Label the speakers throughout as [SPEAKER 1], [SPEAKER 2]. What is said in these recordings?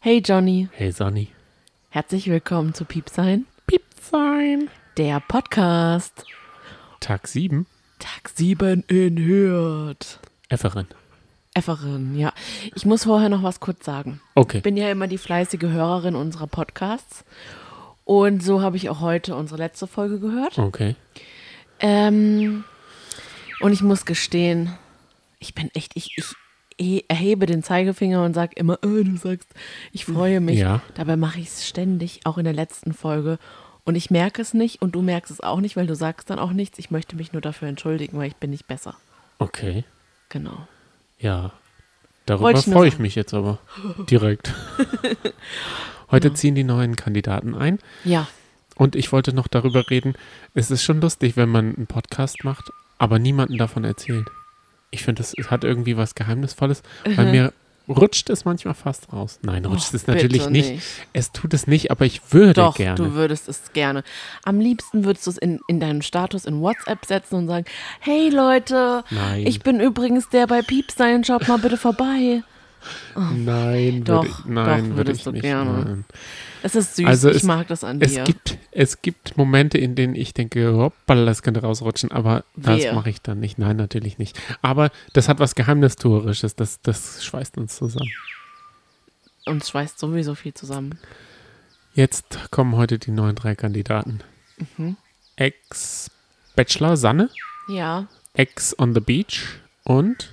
[SPEAKER 1] Hey Johnny,
[SPEAKER 2] Hey Sonny.
[SPEAKER 1] herzlich willkommen zu Piepsein,
[SPEAKER 2] Piep sein.
[SPEAKER 1] der Podcast.
[SPEAKER 2] Tag 7.
[SPEAKER 1] Tag 7 in Hürth.
[SPEAKER 2] Efferin.
[SPEAKER 1] Efferin, ja. Ich muss vorher noch was kurz sagen.
[SPEAKER 2] Okay.
[SPEAKER 1] Ich bin ja immer die fleißige Hörerin unserer Podcasts. Und so habe ich auch heute unsere letzte Folge gehört.
[SPEAKER 2] Okay.
[SPEAKER 1] Ähm, und ich muss gestehen, ich bin echt, ich, ich eh- erhebe den Zeigefinger und sage immer, äh, du sagst, ich freue mich.
[SPEAKER 2] Ja.
[SPEAKER 1] Dabei mache ich es ständig, auch in der letzten Folge. Und ich merke es nicht und du merkst es auch nicht, weil du sagst dann auch nichts. Ich möchte mich nur dafür entschuldigen, weil ich bin nicht besser.
[SPEAKER 2] Okay.
[SPEAKER 1] Genau.
[SPEAKER 2] Ja. Darüber
[SPEAKER 1] Wollte ich nur
[SPEAKER 2] freue ich
[SPEAKER 1] sagen.
[SPEAKER 2] mich jetzt aber. Direkt. Heute ziehen die neuen Kandidaten ein.
[SPEAKER 1] Ja,
[SPEAKER 2] Und ich wollte noch darüber reden. Es ist schon lustig, wenn man einen Podcast macht, aber niemanden davon erzählt. Ich finde, es hat irgendwie was Geheimnisvolles. Bei mir rutscht es manchmal fast raus. Nein, rutscht
[SPEAKER 1] Och,
[SPEAKER 2] es natürlich
[SPEAKER 1] Mhm. Oh, bitte
[SPEAKER 2] nicht.
[SPEAKER 1] nicht.
[SPEAKER 2] Es tut es nicht, aber ich würde
[SPEAKER 1] doch,
[SPEAKER 2] gerne.
[SPEAKER 1] du würdest es gerne. Am liebsten würdest du es in, in deinen Status in WhatsApp setzen und sagen, hey Leute,
[SPEAKER 2] Nein.
[SPEAKER 1] ich bin übrigens der bei Pieps sein, schaut mal bitte vorbei.
[SPEAKER 2] Nein,
[SPEAKER 1] Doch,
[SPEAKER 2] würde ich, nein,
[SPEAKER 1] doch,
[SPEAKER 2] würde
[SPEAKER 1] würdest
[SPEAKER 2] ich
[SPEAKER 1] du
[SPEAKER 2] nicht.
[SPEAKER 1] gerne.
[SPEAKER 2] Nein.
[SPEAKER 1] Es ist süß,
[SPEAKER 2] Also
[SPEAKER 1] ich
[SPEAKER 2] es-
[SPEAKER 1] mag das an
[SPEAKER 2] Es
[SPEAKER 1] dir.
[SPEAKER 2] gibt es gibt Momente, in denen ich denke, hoppala, das könnte rausrutschen, aber
[SPEAKER 1] Wehe.
[SPEAKER 2] das mache ich dann nicht. Nein, natürlich nicht. Aber das hat was Geheimnistuerisches, das, das schweißt uns zusammen.
[SPEAKER 1] Uns schweißt sowieso viel zusammen.
[SPEAKER 2] Jetzt kommen heute die neuen drei Kandidaten.
[SPEAKER 1] Mhm.
[SPEAKER 2] Ex-Bachelor Sanne,
[SPEAKER 1] Ja,
[SPEAKER 2] Ex on the Beach und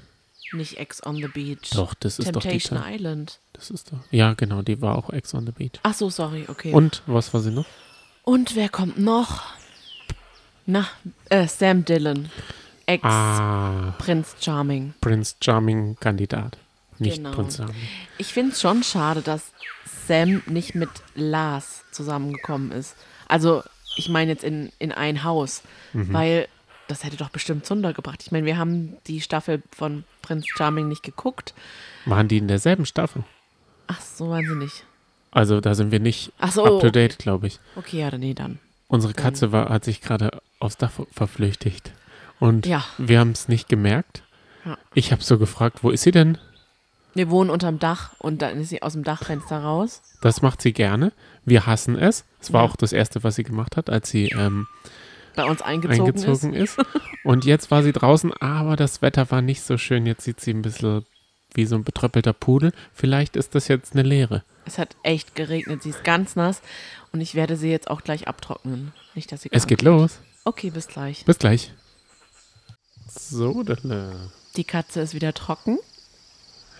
[SPEAKER 1] nicht Ex on the Beach.
[SPEAKER 2] doch, das ist doch die
[SPEAKER 1] Temptation
[SPEAKER 2] Ta-
[SPEAKER 1] Island.
[SPEAKER 2] das ist doch. Ja, genau, die war auch Ex on the Beach.
[SPEAKER 1] Ach so, sorry, okay. Und,
[SPEAKER 2] Und was war sie noch?
[SPEAKER 1] wer kommt noch? Na, äh, Sam Dillon. Ex
[SPEAKER 2] Ah,
[SPEAKER 1] Prinz Charming.
[SPEAKER 2] Prince Charming Kandidat. Nicht
[SPEAKER 1] Genau.
[SPEAKER 2] Prinz Charming.
[SPEAKER 1] Ich finde es schon schade, dass Sam nicht mit Lars zusammengekommen ist. Also, ich meine jetzt in, in ein Haus,
[SPEAKER 2] Mhm.
[SPEAKER 1] weil das hätte doch bestimmt Zunder gebracht. Ich meine, wir haben die Staffel von Prinz Charming nicht geguckt.
[SPEAKER 2] Waren die in derselben Staffel?
[SPEAKER 1] Ach, so waren sie nicht.
[SPEAKER 2] Also da sind wir nicht
[SPEAKER 1] Ach so.
[SPEAKER 2] up to date, glaube ich.
[SPEAKER 1] Okay, ja, dann- nee, dann.
[SPEAKER 2] Unsere
[SPEAKER 1] Genau.
[SPEAKER 2] Katze war, hat sich gerade aufs Dach ver- verflüchtigt. Und
[SPEAKER 1] Ja.
[SPEAKER 2] wir haben es nicht gemerkt.
[SPEAKER 1] Ja.
[SPEAKER 2] Ich habe so gefragt, wo ist sie denn?
[SPEAKER 1] Wir wohnen unterm Dach und dann ist sie aus dem Dachfenster raus.
[SPEAKER 2] Das macht sie gerne. Wir hassen es. Es war
[SPEAKER 1] Ja.
[SPEAKER 2] auch das Erste, was sie gemacht hat, als sie ähm,
[SPEAKER 1] Bei uns eingezogen,
[SPEAKER 2] eingezogen ist. Und jetzt war sie draußen, aber das Wetter war nicht so schön. Jetzt sieht sie ein bisschen wie so ein betröppelter Pudel. Vielleicht ist das jetzt eine Leere.
[SPEAKER 1] ist. Es hat echt geregnet, sie ist ganz nass und ich werde sie jetzt auch gleich abtrocknen. Nicht, dass sie
[SPEAKER 2] Es
[SPEAKER 1] krank
[SPEAKER 2] geht
[SPEAKER 1] wird.
[SPEAKER 2] los.
[SPEAKER 1] Okay, bis gleich.
[SPEAKER 2] Bis gleich. So, äh, Delle.
[SPEAKER 1] Die Katze ist wieder trocken.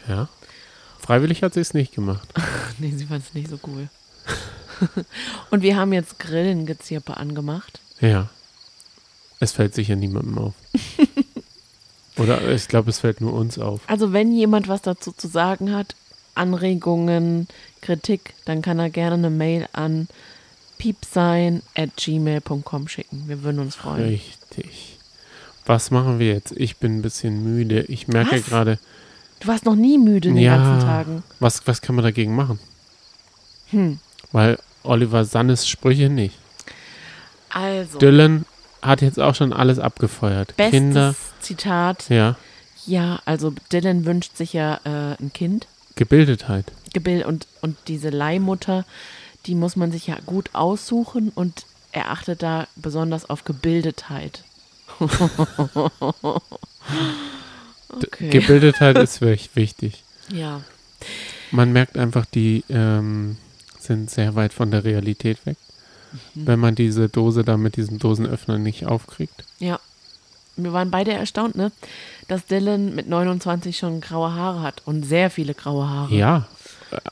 [SPEAKER 2] Ja. Freiwillig hat sie es nicht gemacht.
[SPEAKER 1] Nee, sie fand es nicht so cool. und wir haben jetzt Grillengezirpe angemacht.
[SPEAKER 2] Ja. Es fällt sicher niemandem auf. Oder äh, ich glaube, es fällt nur uns auf.
[SPEAKER 1] Also wenn jemand was dazu zu sagen hat, Anregungen, Kritik, dann kann er gerne eine Mail an piepsein at gmail.com schicken. Wir würden uns freuen.
[SPEAKER 2] Richtig. Was machen wir jetzt? Ich bin ein bisschen müde. Ich merke
[SPEAKER 1] Was?
[SPEAKER 2] gerade.
[SPEAKER 1] Du warst noch nie müde in den ganzen Tagen.
[SPEAKER 2] Was, was kann man dagegen machen? Hm. Weil Oliver Sannes Sprüche nicht.
[SPEAKER 1] Also,
[SPEAKER 2] Dylan hat jetzt auch schon alles abgefeuert.
[SPEAKER 1] bestes
[SPEAKER 2] Kinder.
[SPEAKER 1] Zitat.
[SPEAKER 2] Ja.
[SPEAKER 1] Ja, also Dylan wünscht sich ja äh, ein Kind.
[SPEAKER 2] Gebildetheit.
[SPEAKER 1] Gebild und, und diese Leihmutter, die muss man sich ja gut aussuchen und er achtet da besonders auf Gebildetheit. okay.
[SPEAKER 2] Gebildetheit ist wirklich wichtig.
[SPEAKER 1] ja.
[SPEAKER 2] Man merkt einfach, die ähm, sind sehr weit von der Realität weg. Wenn man diese Dose da mit diesem Dosenöffner nicht aufkriegt.
[SPEAKER 1] Ja. Wir waren beide erstaunt, ne? Dass Dylan mit 29 schon graue Haare hat und sehr viele graue Haare.
[SPEAKER 2] Ja.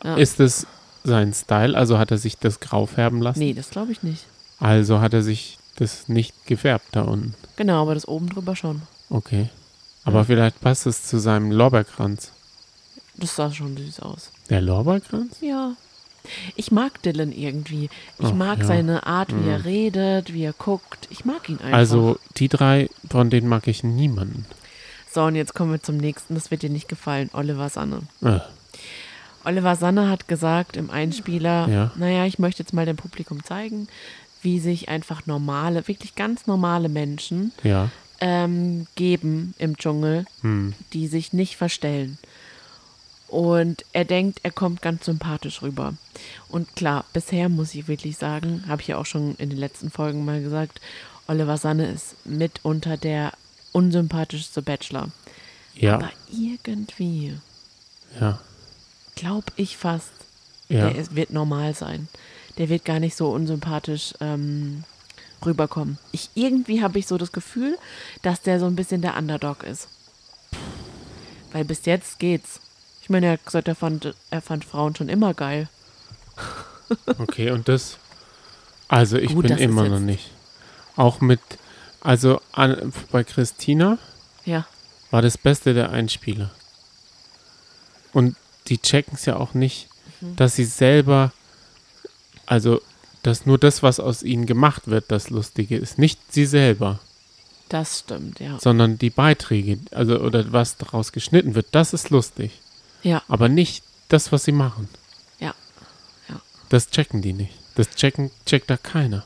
[SPEAKER 1] Ja.
[SPEAKER 2] äh, Ist es sein Style? Also hat er sich das grau färben lassen?
[SPEAKER 1] Nee, das glaube ich nicht.
[SPEAKER 2] Also hat er sich das nicht gefärbt da unten.
[SPEAKER 1] Genau, aber das oben drüber schon.
[SPEAKER 2] Okay. Aber vielleicht passt es zu seinem Lorbeerkranz.
[SPEAKER 1] Das sah schon süß aus.
[SPEAKER 2] Der Lorbeerkranz?
[SPEAKER 1] Ja. Ich mag Dylan irgendwie. Ich
[SPEAKER 2] Ach,
[SPEAKER 1] mag
[SPEAKER 2] ja. Mhm.
[SPEAKER 1] seine Art, wie er redet, wie er guckt. Ich mag ihn einfach.
[SPEAKER 2] Also die drei, von denen mag ich niemanden.
[SPEAKER 1] So, und jetzt kommen wir zum nächsten. Das wird dir nicht gefallen. Oliver Sanne.
[SPEAKER 2] Äh,
[SPEAKER 1] Oliver Sanne hat gesagt im Einspieler,
[SPEAKER 2] Ja.
[SPEAKER 1] naja, ich möchte jetzt mal dem Publikum zeigen, wie sich einfach normale, wirklich ganz normale Menschen
[SPEAKER 2] ja.
[SPEAKER 1] ähm, geben im Dschungel,
[SPEAKER 2] Hm.
[SPEAKER 1] die sich nicht verstellen. Und er denkt, er kommt ganz sympathisch rüber. Und klar, bisher muss ich wirklich sagen, habe ich ja auch schon in den letzten Folgen mal gesagt, Oliver Sanne ist mitunter der unsympathischste Bachelor.
[SPEAKER 2] Ja,
[SPEAKER 1] Aber irgendwie
[SPEAKER 2] ja,
[SPEAKER 1] glaube ich fast,
[SPEAKER 2] ja.
[SPEAKER 1] der ist, wird normal sein. Der wird gar nicht so unsympathisch ähm, rüberkommen. Ich, irgendwie habe ich so das Gefühl, dass der so ein bisschen der Underdog ist. Weil bis jetzt geht's. Ich meine, er hat gesagt, er fand, er fand Frauen schon immer geil.
[SPEAKER 2] Okay, und das. Also ich
[SPEAKER 1] Gut,
[SPEAKER 2] bin
[SPEAKER 1] das ist
[SPEAKER 2] immer noch
[SPEAKER 1] jetzt-
[SPEAKER 2] nicht. Auch mit. Also an, bei Christina
[SPEAKER 1] Ja,
[SPEAKER 2] war das Beste der Einspieler. Und die checken es ja auch nicht,
[SPEAKER 1] Mhm.
[SPEAKER 2] dass sie selber. Also, dass nur das, was aus ihnen gemacht wird, das Lustige ist. Nicht sie selber,
[SPEAKER 1] das stimmt, ja.
[SPEAKER 2] sondern die Beiträge. Also, oder was daraus geschnitten wird, das ist lustig.
[SPEAKER 1] Ja,
[SPEAKER 2] Aber nicht das, was sie machen.
[SPEAKER 1] Ja. Ja.
[SPEAKER 2] Das checken die nicht. Das checken, checkt da keiner.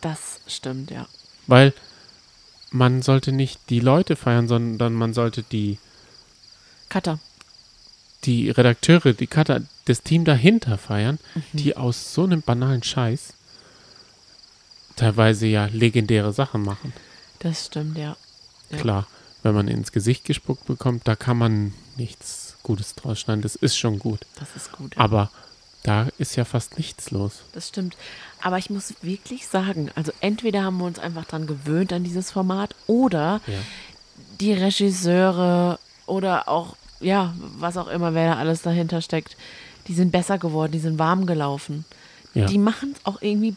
[SPEAKER 1] das stimmt, ja.
[SPEAKER 2] Weil man sollte nicht die Leute feiern, sondern man sollte die,
[SPEAKER 1] Cutter.
[SPEAKER 2] die Redakteure, die Cutter, das Team dahinter feiern,
[SPEAKER 1] Mhm.
[SPEAKER 2] die aus so einem banalen Scheiß teilweise ja legendäre Sachen machen.
[SPEAKER 1] Das stimmt, ja. Ja.
[SPEAKER 2] Klar, wenn man ins Gesicht gespuckt bekommt, da kann man nichts Gutes draus schneiden. Das ist schon gut.
[SPEAKER 1] Das ist gut. Ja.
[SPEAKER 2] Aber da ist ja fast nichts los.
[SPEAKER 1] Das stimmt. Aber ich muss wirklich sagen, also entweder haben wir uns einfach dran gewöhnt an dieses Format oder
[SPEAKER 2] Ja.
[SPEAKER 1] die Regisseure oder auch, ja, was auch immer, wer da alles dahinter steckt, die sind besser geworden, die sind warm gelaufen.
[SPEAKER 2] Ja.
[SPEAKER 1] Die machen es auch irgendwie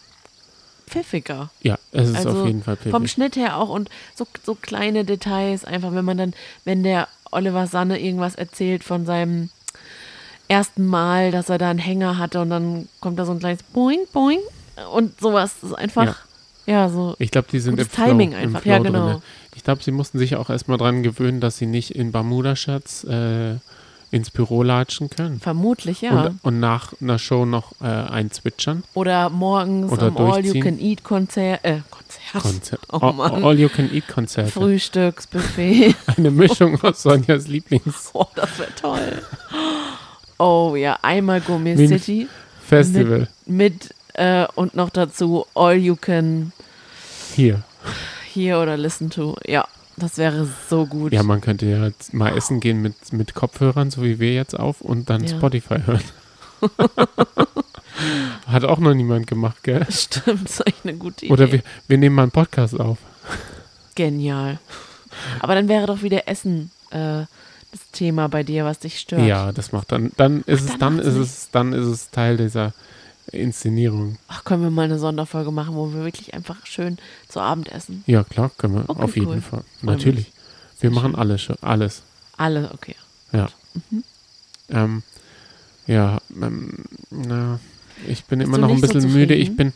[SPEAKER 1] pfiffiger.
[SPEAKER 2] Ja, es ist
[SPEAKER 1] Also
[SPEAKER 2] auf jeden Fall
[SPEAKER 1] vom
[SPEAKER 2] pfiffig.
[SPEAKER 1] Schnitt her auch und so, so kleine Details einfach, wenn man dann, wenn der Oliver Sanne irgendwas erzählt von seinem ersten Mal, dass er da einen Hänger hatte und dann kommt da so ein kleines Boing, Boing und sowas. Das ist einfach, ja, so,
[SPEAKER 2] Ich glaube, die sind
[SPEAKER 1] Gutes
[SPEAKER 2] im
[SPEAKER 1] Timing
[SPEAKER 2] Flow, im
[SPEAKER 1] einfach.
[SPEAKER 2] Flow
[SPEAKER 1] Ja, genau.
[SPEAKER 2] drinne. Ich glaube, sie mussten sich auch erstmal dran gewöhnen, dass sie nicht in Bermuda-Shirts äh, ins Büro latschen können.
[SPEAKER 1] vermutlich, ja.
[SPEAKER 2] Und, und nach einer Show noch äh, ein Zwitschern.
[SPEAKER 1] oder morgens
[SPEAKER 2] oder
[SPEAKER 1] am
[SPEAKER 2] durchziehen.
[SPEAKER 1] All-You-Can-Eat-Konzert, äh, Konzert,
[SPEAKER 2] Konzer
[SPEAKER 1] oh Mann,
[SPEAKER 2] All-You-Can-Eat-Konzerte.
[SPEAKER 1] Frühstücksbuffet.
[SPEAKER 2] Eine Mischung aus Sonjas Lieblingsfestival.
[SPEAKER 1] oh, das wäre toll. Oh ja, einmal Gourmet
[SPEAKER 2] Wie ein
[SPEAKER 1] City. Ne. Mit, mit äh, und noch dazu All You Can
[SPEAKER 2] Hier.
[SPEAKER 1] Hear oder Listen to. Ja, das wäre so gut.
[SPEAKER 2] Ja, man könnte ja jetzt mal essen gehen mit, mit Kopfhörern, so wie wir jetzt auf, und dann
[SPEAKER 1] Ja.
[SPEAKER 2] Spotify hören. Hat auch noch niemand gemacht, gell?
[SPEAKER 1] Stimmt, ist eigentlich eine gute Idee.
[SPEAKER 2] Oder wir, wir nehmen mal einen Podcast auf.
[SPEAKER 1] Genial. Aber dann wäre doch wieder Essen äh, das Thema bei dir, was dich stört.
[SPEAKER 2] Ja, das macht dann, dann ist
[SPEAKER 1] Ach, dann
[SPEAKER 2] es, dann
[SPEAKER 1] macht's
[SPEAKER 2] ist
[SPEAKER 1] nicht.
[SPEAKER 2] es, dann ist es Teil dieser Inszenierung.
[SPEAKER 1] Ach, können wir mal eine Sonderfolge machen, wo wir wirklich einfach schön zu Abend essen?
[SPEAKER 2] Ja, klar, können wir
[SPEAKER 1] Okay,
[SPEAKER 2] auf jeden
[SPEAKER 1] cool.
[SPEAKER 2] Fall.
[SPEAKER 1] mich.
[SPEAKER 2] Natürlich. Wir
[SPEAKER 1] Sehr
[SPEAKER 2] machen
[SPEAKER 1] schön.
[SPEAKER 2] alles schon, alles.
[SPEAKER 1] Alle, okay.
[SPEAKER 2] Ja. Ähm, ja, ähm, na, ich bin immer
[SPEAKER 1] du
[SPEAKER 2] noch ein
[SPEAKER 1] nicht so
[SPEAKER 2] bisschen müde. Ich
[SPEAKER 1] zufrieden?
[SPEAKER 2] bin,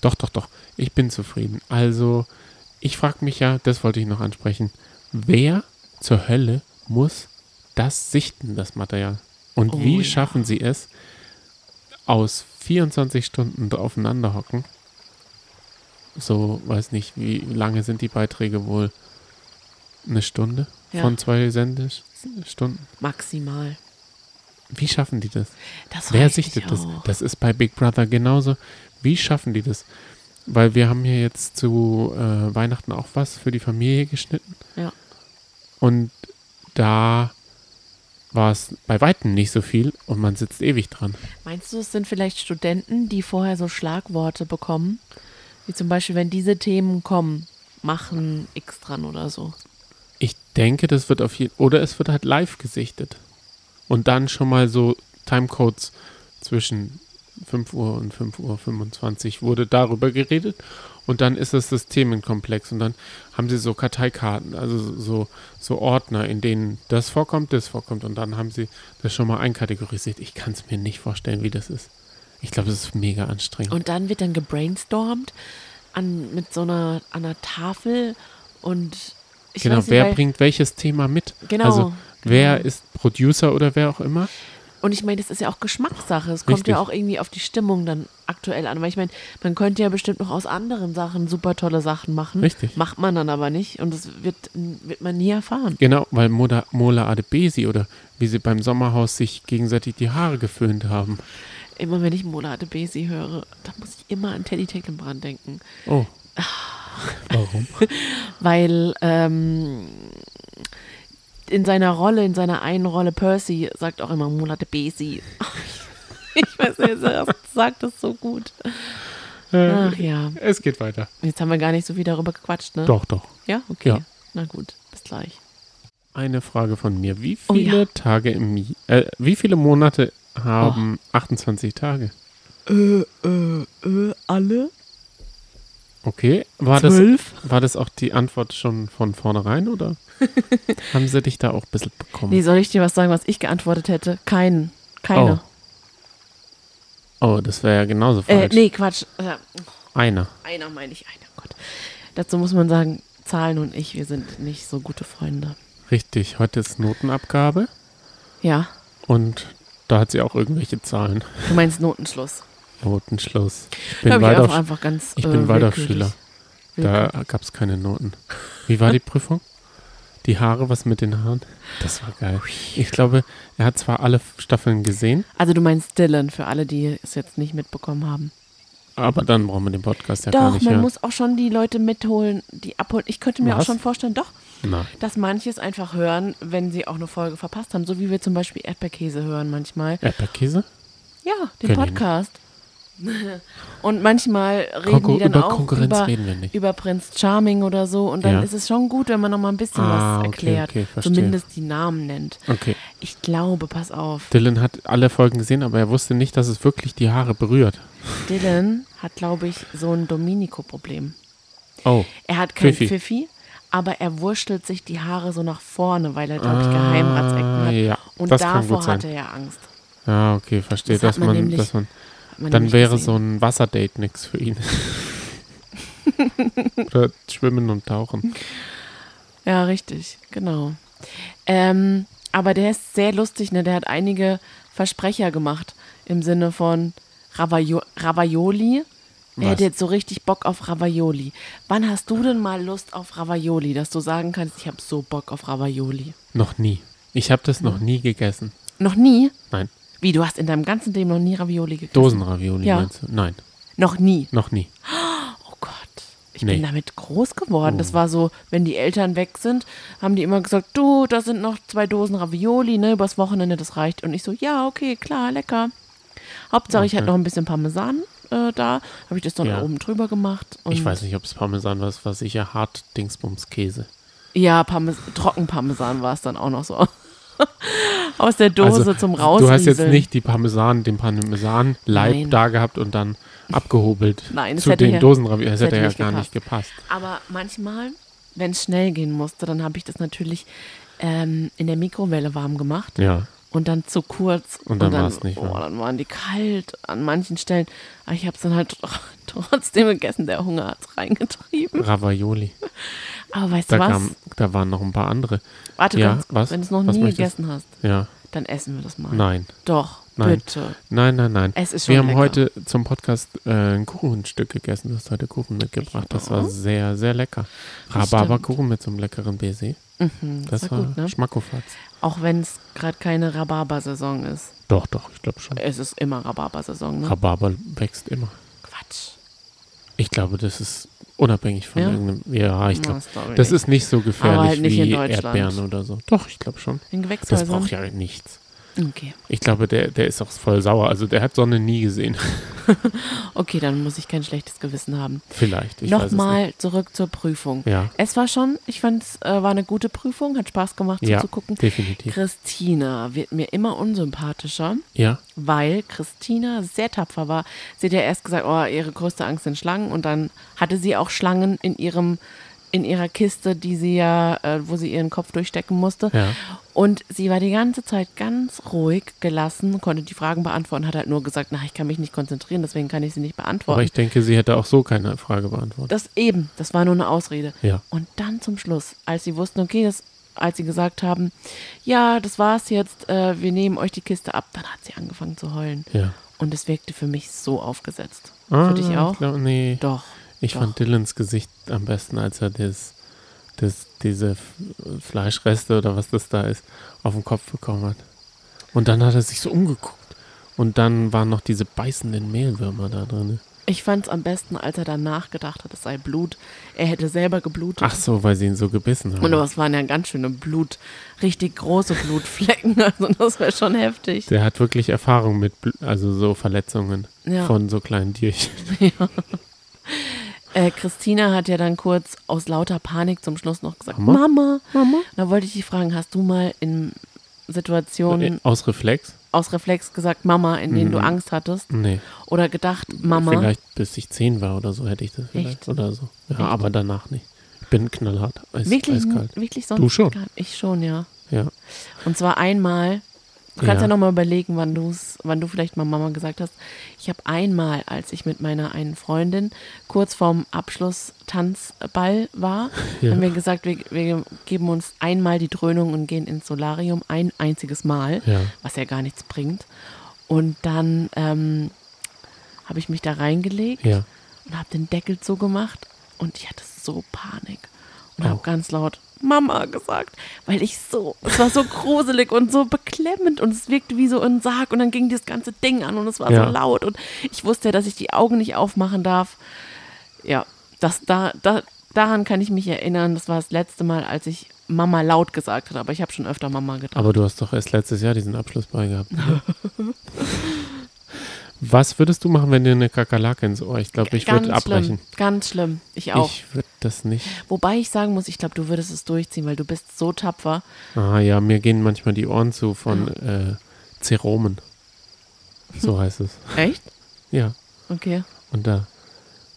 [SPEAKER 2] doch, doch, doch, ich bin zufrieden. Also, ich frage mich ja, das wollte ich noch ansprechen, wer zur Hölle muss das sichten, das Material? Und
[SPEAKER 1] Oh,
[SPEAKER 2] wie
[SPEAKER 1] ja.
[SPEAKER 2] schaffen sie es, aus 24 Stunden aufeinander hocken? So, weiß nicht, wie lange sind die Beiträge wohl? Eine Stunde
[SPEAKER 1] Ja.
[SPEAKER 2] von zwei Sendestunden?
[SPEAKER 1] Maximal.
[SPEAKER 2] Wie schaffen die das?
[SPEAKER 1] Das
[SPEAKER 2] Wer
[SPEAKER 1] reicht
[SPEAKER 2] sichtet
[SPEAKER 1] mich
[SPEAKER 2] das?
[SPEAKER 1] auch.
[SPEAKER 2] Das ist bei Big Brother genauso. Wie schaffen die das? Weil wir haben ja jetzt zu äh, Weihnachten auch was für die Familie geschnitten.
[SPEAKER 1] Ja.
[SPEAKER 2] Und da war es bei Weitem nicht so viel und man sitzt ewig dran.
[SPEAKER 1] Meinst du, es sind vielleicht Studenten, die vorher so Schlagworte bekommen? Wie zum Beispiel, wenn diese Themen kommen, machen X dran oder so.
[SPEAKER 2] Ich denke, das wird auf jeden Oder es wird halt live gesichtet. Und dann schon mal so Timecodes zwischen 5 Uhr und 5 Uhr 25 wurde darüber geredet. Und dann ist es das Themenkomplex. Und dann haben sie so Karteikarten, also so, so Ordner, in denen das vorkommt, das vorkommt. Und dann haben sie das schon mal einkategorisiert. Ich kann es mir nicht vorstellen, wie das ist. Ich glaube, das ist mega anstrengend.
[SPEAKER 1] Und dann wird dann gebrainstormt an, mit so einer, an einer Tafel und ich
[SPEAKER 2] genau,
[SPEAKER 1] weiß nicht,
[SPEAKER 2] wer
[SPEAKER 1] weil-
[SPEAKER 2] bringt welches Thema mit?
[SPEAKER 1] Genau,
[SPEAKER 2] Also, wer
[SPEAKER 1] genau.
[SPEAKER 2] ist Producer oder wer auch immer?
[SPEAKER 1] Und ich meine, das ist ja auch Geschmackssache. Es kommt
[SPEAKER 2] Richtig.
[SPEAKER 1] ja auch irgendwie auf die Stimmung dann aktuell an. Weil ich meine, man könnte ja bestimmt noch aus anderen Sachen super tolle Sachen machen.
[SPEAKER 2] Richtig.
[SPEAKER 1] Macht man dann aber nicht. Und das wird, wird man nie erfahren.
[SPEAKER 2] Genau, weil Moda, Mola Adebesi oder wie sie beim Sommerhaus sich gegenseitig die Haare geföhnt haben.
[SPEAKER 1] Immer wenn ich Mola Adebesi höre, da muss ich immer an Teddy Tecklenbrand denken.
[SPEAKER 2] Oh.
[SPEAKER 1] Ah.
[SPEAKER 2] Warum?
[SPEAKER 1] Weil ähm, in seiner Rolle, in seiner einen Rolle, Percy sagt auch immer Mola Adebesi. Ich weiß nicht, er sagt das so gut.
[SPEAKER 2] Äh,
[SPEAKER 1] Ach ja,
[SPEAKER 2] es geht weiter.
[SPEAKER 1] jetzt haben wir gar nicht so viel darüber gequatscht, ne?
[SPEAKER 2] Doch, doch.
[SPEAKER 1] Ja, okay.
[SPEAKER 2] Ja.
[SPEAKER 1] Na gut, bis gleich.
[SPEAKER 2] Eine Frage von mir. Wie
[SPEAKER 1] Oh,
[SPEAKER 2] viele
[SPEAKER 1] ja.
[SPEAKER 2] Tage im Mi- äh, wie viele Monate haben
[SPEAKER 1] Oh.
[SPEAKER 2] 28 Tage?
[SPEAKER 1] Äh, äh, äh, alle?
[SPEAKER 2] Okay, war das,
[SPEAKER 1] Zwölf?
[SPEAKER 2] war das auch die Antwort schon von vornherein oder haben sie dich da auch ein bisschen bekommen?
[SPEAKER 1] Nee, soll ich dir was sagen, was ich geantwortet hätte? Keinen. Keine.
[SPEAKER 2] Oh. oh, das wäre ja genauso
[SPEAKER 1] äh,
[SPEAKER 2] Oh, falsch.
[SPEAKER 1] nee, Quatsch. Äh,
[SPEAKER 2] Einer.
[SPEAKER 1] einer meine ich, einer, Gott. Dazu muss man sagen, Zahlen und ich, wir sind nicht so gute Freunde.
[SPEAKER 2] Richtig, heute ist Notenabgabe
[SPEAKER 1] Ja,
[SPEAKER 2] und da hat sie auch irgendwelche Zahlen.
[SPEAKER 1] du meinst Notenschluss.
[SPEAKER 2] Notenschluss. Ich
[SPEAKER 1] Da bin
[SPEAKER 2] bin,
[SPEAKER 1] ich auch
[SPEAKER 2] Waldorf,
[SPEAKER 1] einfach ganz.
[SPEAKER 2] ich bin
[SPEAKER 1] äh,
[SPEAKER 2] Waldorfschüler.
[SPEAKER 1] willkürlich.
[SPEAKER 2] Da gab es keine Noten. Wie war die Prüfung? Die Haare, was mit den Haaren? Das war geil. Ich glaube, er hat zwar alle Staffeln gesehen,
[SPEAKER 1] Also, du meinst Dylan, für alle, die es jetzt nicht mitbekommen haben.
[SPEAKER 2] aber dann brauchen wir den Podcast ja gar
[SPEAKER 1] doch,
[SPEAKER 2] nicht
[SPEAKER 1] man
[SPEAKER 2] hören.
[SPEAKER 1] muss auch schon die Leute mitholen, die abholen. Ich könnte mir
[SPEAKER 2] Was?
[SPEAKER 1] auch schon vorstellen, doch,
[SPEAKER 2] Nein.
[SPEAKER 1] dass manches einfach hören, wenn sie auch eine Folge verpasst haben. So wie wir zum Beispiel Erdbeerkäse hören manchmal.
[SPEAKER 2] Erdbeerkäse?
[SPEAKER 1] Ja, den
[SPEAKER 2] Kenn ich
[SPEAKER 1] Podcast. Und manchmal reden
[SPEAKER 2] Konkur-
[SPEAKER 1] die dann
[SPEAKER 2] über
[SPEAKER 1] auch
[SPEAKER 2] Konkurrenz
[SPEAKER 1] über,
[SPEAKER 2] reden wir nicht.
[SPEAKER 1] über Prinz Charming oder so. Und dann
[SPEAKER 2] Ja.
[SPEAKER 1] ist es schon gut, wenn man noch mal ein bisschen
[SPEAKER 2] Ah,
[SPEAKER 1] was
[SPEAKER 2] okay,
[SPEAKER 1] erklärt.
[SPEAKER 2] okay, verstehe.
[SPEAKER 1] zumindest die Namen nennt.
[SPEAKER 2] Okay.
[SPEAKER 1] Ich glaube, pass auf,
[SPEAKER 2] Dylan hat alle Folgen gesehen, aber er wusste nicht, dass es wirklich die Haare berührt.
[SPEAKER 1] Dylan hat, glaube ich, so ein Dominico-Problem.
[SPEAKER 2] Oh.
[SPEAKER 1] Er hat kein
[SPEAKER 2] Pfiffi.
[SPEAKER 1] Pfiffi. aber er wurschtelt sich die Haare so nach vorne, weil er, glaube ich, Geheimratsecken hat.
[SPEAKER 2] Ah, ja,
[SPEAKER 1] Und
[SPEAKER 2] das kann
[SPEAKER 1] davor
[SPEAKER 2] gut sein.
[SPEAKER 1] hatte er Angst.
[SPEAKER 2] Ja, Ah, okay, verstehe.
[SPEAKER 1] Das hat
[SPEAKER 2] dass
[SPEAKER 1] man
[SPEAKER 2] man,
[SPEAKER 1] nämlich-
[SPEAKER 2] dass man,
[SPEAKER 1] Hat man
[SPEAKER 2] dann
[SPEAKER 1] nämlich
[SPEAKER 2] wäre
[SPEAKER 1] gesehen.
[SPEAKER 2] so ein Wasserdate nichts für ihn. Oder Schwimmen und Tauchen.
[SPEAKER 1] Ja, richtig, genau. Ähm, aber der ist sehr lustig, ne? Der hat einige Versprecher gemacht im Sinne von Ravaio Ravaioli.
[SPEAKER 2] Was?
[SPEAKER 1] Er hätte jetzt so richtig Bock auf Ravaioli. Wann hast du denn mal Lust auf Ravaioli, dass du sagen kannst, ich habe so Bock auf Ravaioli?
[SPEAKER 2] Noch nie. Ich habe das noch nie gegessen.
[SPEAKER 1] Noch nie?
[SPEAKER 2] Nein.
[SPEAKER 1] Wie, du hast in deinem ganzen Leben noch nie Ravioli gegessen?
[SPEAKER 2] Dosenravioli
[SPEAKER 1] Ja.
[SPEAKER 2] meinst du? Nein,
[SPEAKER 1] Noch nie.
[SPEAKER 2] noch nie.
[SPEAKER 1] Oh Gott. Ich
[SPEAKER 2] Nee. Oh.
[SPEAKER 1] bin damit groß geworden. Das war so, wenn die Eltern weg sind, haben die immer gesagt, du, da sind noch zwei Dosen Ravioli, ne, übers Wochenende, das reicht. Und ich so, ja, okay, klar, lecker. Hauptsache, ich hatte noch ein bisschen Parmesan äh, da, habe ich das dann
[SPEAKER 2] Ja.
[SPEAKER 1] oben drüber gemacht. Und
[SPEAKER 2] Ich weiß nicht, ob es Parmesan war, es war sicher hart Dingsbums-Käse.
[SPEAKER 1] Ja, Parmes Trockenparmesan war es dann auch noch so. Aus der Dose
[SPEAKER 2] also,
[SPEAKER 1] zum Rausrieseln.
[SPEAKER 2] du hast jetzt nicht die Parmesan, den Parmesan-Leib
[SPEAKER 1] Nein.
[SPEAKER 2] da gehabt und dann abgehobelt
[SPEAKER 1] Nein, das
[SPEAKER 2] zu
[SPEAKER 1] hätte
[SPEAKER 2] den
[SPEAKER 1] hier-
[SPEAKER 2] Dosenravioli. Das
[SPEAKER 1] das
[SPEAKER 2] hätte,
[SPEAKER 1] hätte
[SPEAKER 2] ja
[SPEAKER 1] nicht
[SPEAKER 2] gar nicht gepasst.
[SPEAKER 1] Aber manchmal, wenn es schnell gehen musste, dann habe ich das natürlich ähm, in der Mikrowelle warm gemacht
[SPEAKER 2] Ja.
[SPEAKER 1] und dann zu kurz.
[SPEAKER 2] Und dann war's nicht
[SPEAKER 1] Oh,
[SPEAKER 2] warm.
[SPEAKER 1] dann waren die kalt an manchen Stellen. Aber ich habe es dann halt tr- trotzdem gegessen. Der Hunger hat es reingetrieben.
[SPEAKER 2] Ravioli.
[SPEAKER 1] Aber weißt
[SPEAKER 2] Da,
[SPEAKER 1] du Hm? was?
[SPEAKER 2] kam, da waren noch ein paar andere.
[SPEAKER 1] Warte
[SPEAKER 2] ja,
[SPEAKER 1] ganz kurz.
[SPEAKER 2] was?
[SPEAKER 1] Wenn du es noch
[SPEAKER 2] Was
[SPEAKER 1] nie
[SPEAKER 2] möchtest?
[SPEAKER 1] gegessen hast,
[SPEAKER 2] Ja.
[SPEAKER 1] dann essen wir das mal.
[SPEAKER 2] Nein.
[SPEAKER 1] Doch,
[SPEAKER 2] Nein.
[SPEAKER 1] bitte.
[SPEAKER 2] Nein, nein, nein.
[SPEAKER 1] Es ist schon
[SPEAKER 2] Wir haben
[SPEAKER 1] lecker.
[SPEAKER 2] heute zum Podcast äh, ein Kuchenstück gegessen. Du hast heute Kuchen mitgebracht. Das war
[SPEAKER 1] Ja.
[SPEAKER 2] sehr, sehr lecker.
[SPEAKER 1] Oh. Das
[SPEAKER 2] Rhabarberkuchen mit so einem leckeren BC.
[SPEAKER 1] war
[SPEAKER 2] das, war,
[SPEAKER 1] gut, ne?
[SPEAKER 2] Schmackofatz.
[SPEAKER 1] Auch wenn es gerade keine Rhabarber-Saison ist.
[SPEAKER 2] Doch, doch, ich glaube schon.
[SPEAKER 1] Es ist immer Rhabarber-Saison, ne?
[SPEAKER 2] Rhabarber wächst immer.
[SPEAKER 1] Quatsch.
[SPEAKER 2] Ich glaube, das ist unabhängig von
[SPEAKER 1] Ja?
[SPEAKER 2] irgendeinem. Ja, ich
[SPEAKER 1] Na,
[SPEAKER 2] glaube.
[SPEAKER 1] sorry.
[SPEAKER 2] Das ist nicht so gefährlich
[SPEAKER 1] Aber halt nicht
[SPEAKER 2] wie
[SPEAKER 1] in Deutschland.
[SPEAKER 2] Erdbeeren oder so. Doch, ich glaube schon.
[SPEAKER 1] In
[SPEAKER 2] Das
[SPEAKER 1] Gewächshäusern.
[SPEAKER 2] braucht ja nichts.
[SPEAKER 1] Okay.
[SPEAKER 2] Ich glaube, der, der ist auch voll sauer. Also der hat Sonne nie gesehen.
[SPEAKER 1] Okay, dann muss ich kein schlechtes Gewissen haben.
[SPEAKER 2] Vielleicht. Ich Weiß
[SPEAKER 1] Nochmal zurück zur Prüfung.
[SPEAKER 2] es nicht. Ja,
[SPEAKER 1] Es war schon, ich fand es äh, war eine gute Prüfung, hat Spaß gemacht
[SPEAKER 2] Ja.
[SPEAKER 1] zuzugucken.
[SPEAKER 2] definitiv.
[SPEAKER 1] Christina wird mir immer unsympathischer,
[SPEAKER 2] Ja,
[SPEAKER 1] weil Christina sehr tapfer war. Sie hat ja erst gesagt, oh, ihre größte Angst sind Schlangen und dann hatte sie auch Schlangen in ihrem in ihrer Kiste, die sie ja, äh, wo sie ihren Kopf durchstecken musste.
[SPEAKER 2] ja.
[SPEAKER 1] Und sie war die ganze Zeit ganz ruhig gelassen, konnte die Fragen beantworten, hat halt nur gesagt, na, ich kann mich nicht konzentrieren, deswegen kann ich sie nicht
[SPEAKER 2] Aber
[SPEAKER 1] beantworten.
[SPEAKER 2] ich denke, sie hätte auch so keine Frage beantwortet.
[SPEAKER 1] Das eben, das war nur eine Ausrede.
[SPEAKER 2] Ja.
[SPEAKER 1] Und dann zum Schluss, als sie wussten, okay, das als sie gesagt haben, ja, das war's jetzt, äh, wir nehmen euch die Kiste ab, dann hat sie angefangen zu heulen.
[SPEAKER 2] Ja.
[SPEAKER 1] Und es wirkte für mich so aufgesetzt.
[SPEAKER 2] Ah,
[SPEAKER 1] für dich auch?
[SPEAKER 2] Glaub, nee.
[SPEAKER 1] Doch.
[SPEAKER 2] Ich
[SPEAKER 1] Doch.
[SPEAKER 2] fand Dylans Gesicht am besten, als er das, das, diese F- Fleischreste oder was das da ist, auf den Kopf bekommen hat. Und dann hat er sich so umgeguckt. Und dann waren noch diese beißenden Mehlwürmer da drin.
[SPEAKER 1] Ich fand's am besten, als er danach gedacht hat, es sei Blut. Er hätte selber geblutet.
[SPEAKER 2] Ach so, weil sie ihn so gebissen haben.
[SPEAKER 1] Und aber es waren ja ganz schöne Blut, richtig große Blutflecken. Also das wäre schon heftig.
[SPEAKER 2] Der hat wirklich Erfahrung mit, Bl- also so Verletzungen
[SPEAKER 1] Ja.
[SPEAKER 2] von so kleinen Tierchen.
[SPEAKER 1] Äh, Christina hat ja dann kurz aus lauter Panik zum Schluss noch gesagt,
[SPEAKER 2] Mama?
[SPEAKER 1] Mama. Mama.
[SPEAKER 2] Mama?
[SPEAKER 1] Da wollte ich dich fragen, hast du mal in Situationen
[SPEAKER 2] Aus Reflex?
[SPEAKER 1] aus Reflex gesagt Mama, in denen du Angst hattest?
[SPEAKER 2] Nee.
[SPEAKER 1] Oder gedacht Mama?
[SPEAKER 2] Mhm. Vielleicht bis ich zehn war oder so hätte ich das vielleicht.
[SPEAKER 1] Echt?
[SPEAKER 2] Oder so. Ja, aber danach nicht. Ich bin knallhart. Eis,
[SPEAKER 1] Wirklich,
[SPEAKER 2] Eiskalt.
[SPEAKER 1] wirklich sonst
[SPEAKER 2] Du schon.
[SPEAKER 1] gar- Ich schon, ja.
[SPEAKER 2] Ja.
[SPEAKER 1] Und zwar einmal, du kannst ja,
[SPEAKER 2] Ja.
[SPEAKER 1] nochmal überlegen, wann, du's, wann du vielleicht mal Mama gesagt hast. Ich habe einmal, als ich mit meiner einen Freundin kurz vorm Abschluss-Tanzball war,
[SPEAKER 2] Ja.
[SPEAKER 1] haben wir gesagt, wir, wir geben uns einmal die Dröhnung und gehen ins Solarium, ein einziges Mal,
[SPEAKER 2] Ja.
[SPEAKER 1] was ja gar nichts bringt. Und dann ähm, habe ich mich da reingelegt
[SPEAKER 2] Ja.
[SPEAKER 1] und habe den Deckel zugemacht und ich hatte so Panik und
[SPEAKER 2] Oh.
[SPEAKER 1] habe ganz laut Mama gesagt, weil ich so, es war so gruselig und so beklemmend und es wirkte wie so ein Sarg und dann ging das ganze Ding an und es war
[SPEAKER 2] Ja.
[SPEAKER 1] so laut und ich wusste ja, dass ich die Augen nicht aufmachen darf. Ja, das da, da daran kann ich mich erinnern, das war das letzte Mal, als ich Mama laut gesagt habe, aber ich habe schon öfter Mama gedacht.
[SPEAKER 2] Aber du hast doch erst letztes Jahr diesen Abschlussball gehabt. oder? Was würdest du machen, wenn dir eine Kakerlake ins Ohr? Ich glaube, ich würde abbrechen.
[SPEAKER 1] schlimm, ganz schlimm. Ich auch.
[SPEAKER 2] Ich würde das nicht.
[SPEAKER 1] Wobei ich sagen muss, ich glaube, du würdest es durchziehen, weil du bist so tapfer.
[SPEAKER 2] Ah ja, mir gehen manchmal die Ohren zu von äh, Zeromen. So heißt es.
[SPEAKER 1] Echt?
[SPEAKER 2] Ja.
[SPEAKER 1] Okay.
[SPEAKER 2] Und da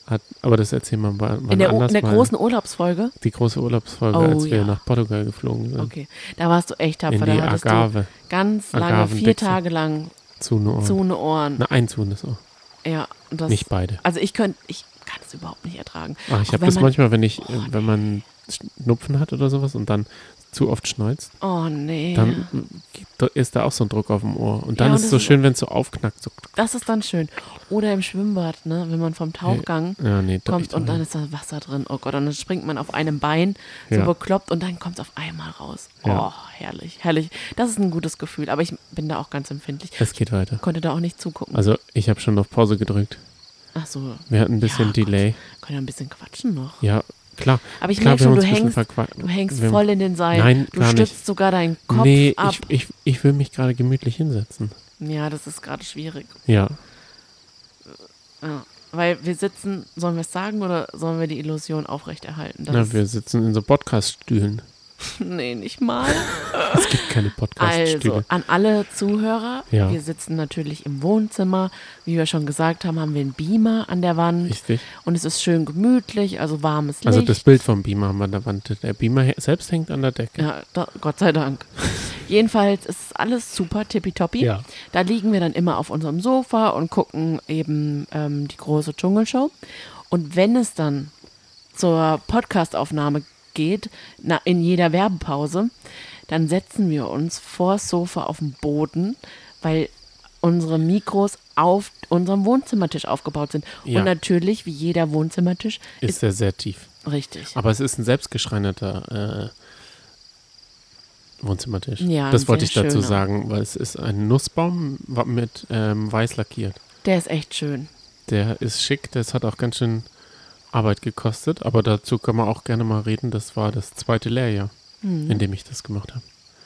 [SPEAKER 2] hat, aber das erzählen wir mal, mal
[SPEAKER 1] In der, U-
[SPEAKER 2] anders
[SPEAKER 1] in der
[SPEAKER 2] mal.
[SPEAKER 1] großen Urlaubsfolge?
[SPEAKER 2] die große Urlaubsfolge,
[SPEAKER 1] Oh,
[SPEAKER 2] als wir
[SPEAKER 1] ja.
[SPEAKER 2] nach Portugal geflogen sind.
[SPEAKER 1] Okay. Da warst du echt
[SPEAKER 2] In
[SPEAKER 1] tapfer.
[SPEAKER 2] die
[SPEAKER 1] Da hattest du
[SPEAKER 2] Agave.
[SPEAKER 1] ganz lange, vier
[SPEAKER 2] Agavendichse.
[SPEAKER 1] Tage lang
[SPEAKER 2] Zu nur Ohren.
[SPEAKER 1] zune Ohren.
[SPEAKER 2] Na, ein zunes Ohr.
[SPEAKER 1] Ja, und das,
[SPEAKER 2] Nicht beide.
[SPEAKER 1] Also ich könnte, ich kann es überhaupt nicht ertragen.
[SPEAKER 2] Ah, ich
[SPEAKER 1] Auch
[SPEAKER 2] habe
[SPEAKER 1] wenn
[SPEAKER 2] das
[SPEAKER 1] man-
[SPEAKER 2] manchmal, wenn ich, äh, wenn man Schnupfen hat oder sowas und dann zu oft schneuzt,
[SPEAKER 1] Oh nee.
[SPEAKER 2] dann äh, geht- da ist da auch so ein Druck auf dem Ohr. Und dann
[SPEAKER 1] Ja, und
[SPEAKER 2] ist es so
[SPEAKER 1] das ist-
[SPEAKER 2] schön, wenn es so aufknackt. So,
[SPEAKER 1] das ist dann schön. Oder im Schwimmbad, ne? Wenn man vom Tauchgang
[SPEAKER 2] ja, nee, da-
[SPEAKER 1] kommt
[SPEAKER 2] ich-
[SPEAKER 1] und dann ist da Wasser drin. Oh Gott, und dann springt man auf einem Bein, so
[SPEAKER 2] Ja.
[SPEAKER 1] bekloppt und dann kommt es auf einmal raus.
[SPEAKER 2] Ja.
[SPEAKER 1] Oh, herrlich, herrlich. Das ist ein gutes Gefühl, aber ich bin da auch ganz empfindlich.
[SPEAKER 2] Es geht weiter.
[SPEAKER 1] Konnte da auch nicht zugucken.
[SPEAKER 2] Also ich habe schon auf Pause gedrückt.
[SPEAKER 1] Ach so,
[SPEAKER 2] Wir hatten ein
[SPEAKER 1] Ja,
[SPEAKER 2] bisschen
[SPEAKER 1] Gott.
[SPEAKER 2] Delay.
[SPEAKER 1] können wir ein bisschen quatschen noch.
[SPEAKER 2] Ja, klar.
[SPEAKER 1] Aber ich
[SPEAKER 2] klar,
[SPEAKER 1] merke
[SPEAKER 2] wir
[SPEAKER 1] schon,
[SPEAKER 2] haben
[SPEAKER 1] du
[SPEAKER 2] uns ein bisschen
[SPEAKER 1] hängst,
[SPEAKER 2] verquar-
[SPEAKER 1] du hängst
[SPEAKER 2] wir-
[SPEAKER 1] voll in den Seilen.
[SPEAKER 2] Nein,
[SPEAKER 1] du
[SPEAKER 2] gar
[SPEAKER 1] stützt
[SPEAKER 2] nicht.
[SPEAKER 1] sogar deinen Kopf
[SPEAKER 2] Nee,
[SPEAKER 1] ab.
[SPEAKER 2] ich, ich, ich will mich gerade gemütlich hinsetzen.
[SPEAKER 1] ja, das ist gerade schwierig.
[SPEAKER 2] Ja.
[SPEAKER 1] Ja. Weil wir sitzen, sollen wir es sagen oder sollen wir die Illusion aufrechterhalten? Das
[SPEAKER 2] Na, wir sitzen in so Podcast-Stühlen.
[SPEAKER 1] nee, nicht mal.
[SPEAKER 2] Es gibt keine Podcast-Stühle.
[SPEAKER 1] Also, an alle Zuhörer,
[SPEAKER 2] Ja.
[SPEAKER 1] wir sitzen natürlich im Wohnzimmer. Wie wir schon gesagt haben, haben wir einen Beamer an der Wand.
[SPEAKER 2] Richtig.
[SPEAKER 1] Und es ist schön gemütlich, also warmes Licht.
[SPEAKER 2] Also das Bild vom Beamer haben wir an der Wand. Der Beamer he- selbst hängt an der Decke.
[SPEAKER 1] Ja, da, Gott sei Dank. Jedenfalls ist alles super tippitoppi.
[SPEAKER 2] Ja.
[SPEAKER 1] Da liegen wir dann immer auf unserem Sofa und gucken eben ähm, die große Dschungelshow. Und wenn es dann zur Podcastaufnahme geht, na, in jeder Werbepause, dann setzen wir uns vor das Sofa auf den Boden, weil unsere Mikros auf unserem Wohnzimmertisch aufgebaut sind.
[SPEAKER 2] Ja.
[SPEAKER 1] Und natürlich, wie jeder Wohnzimmertisch, ist,
[SPEAKER 2] Ist ja sehr tief.
[SPEAKER 1] richtig.
[SPEAKER 2] Aber es ist ein selbstgeschreinerter äh, Wohnzimmertisch.
[SPEAKER 1] Ja, ein
[SPEAKER 2] das wollte
[SPEAKER 1] sehr
[SPEAKER 2] ich dazu
[SPEAKER 1] schöner. sagen,
[SPEAKER 2] sagen, weil es ist ein Nussbaum wa- mit ähm, weiß lackiert.
[SPEAKER 1] Der ist echt schön.
[SPEAKER 2] Der ist schick, das hat auch ganz schön Arbeit gekostet, aber dazu kann man auch gerne mal reden. Das war das zweite Lehrjahr, in dem ich das gemacht habe.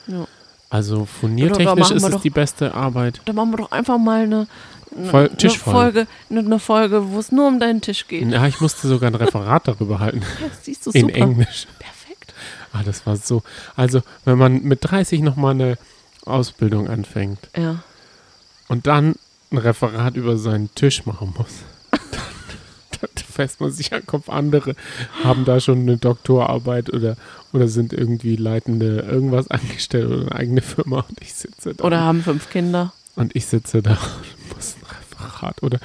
[SPEAKER 1] Mhm. Ja.
[SPEAKER 2] Also
[SPEAKER 1] Ja, da
[SPEAKER 2] furniertechnisch
[SPEAKER 1] machen
[SPEAKER 2] ist
[SPEAKER 1] wir
[SPEAKER 2] es
[SPEAKER 1] doch-
[SPEAKER 2] die beste Arbeit.
[SPEAKER 1] Da machen wir doch einfach mal eine, eine,
[SPEAKER 2] Voll-
[SPEAKER 1] eine
[SPEAKER 2] Tischfolge.
[SPEAKER 1] Folge, eine, eine Folge, wo es nur um deinen Tisch geht.
[SPEAKER 2] Ja, ich musste sogar ein Referat darüber halten
[SPEAKER 1] Das siehst du
[SPEAKER 2] in
[SPEAKER 1] super.
[SPEAKER 2] Englisch.
[SPEAKER 1] Perfekt.
[SPEAKER 2] Ah, das war so. Also, wenn man mit 30 nochmal eine Ausbildung anfängt,
[SPEAKER 1] Ja.
[SPEAKER 2] und dann ein Referat über seinen Tisch machen muss, dann, dann fässt man sich an den Kopf. Andere haben da schon eine Doktorarbeit oder, oder sind irgendwie leitende irgendwas angestellt oder eine eigene Firma und ich sitze da.
[SPEAKER 1] Oder haben fünf Kinder.
[SPEAKER 2] und ich sitze da und muss ein Referat oder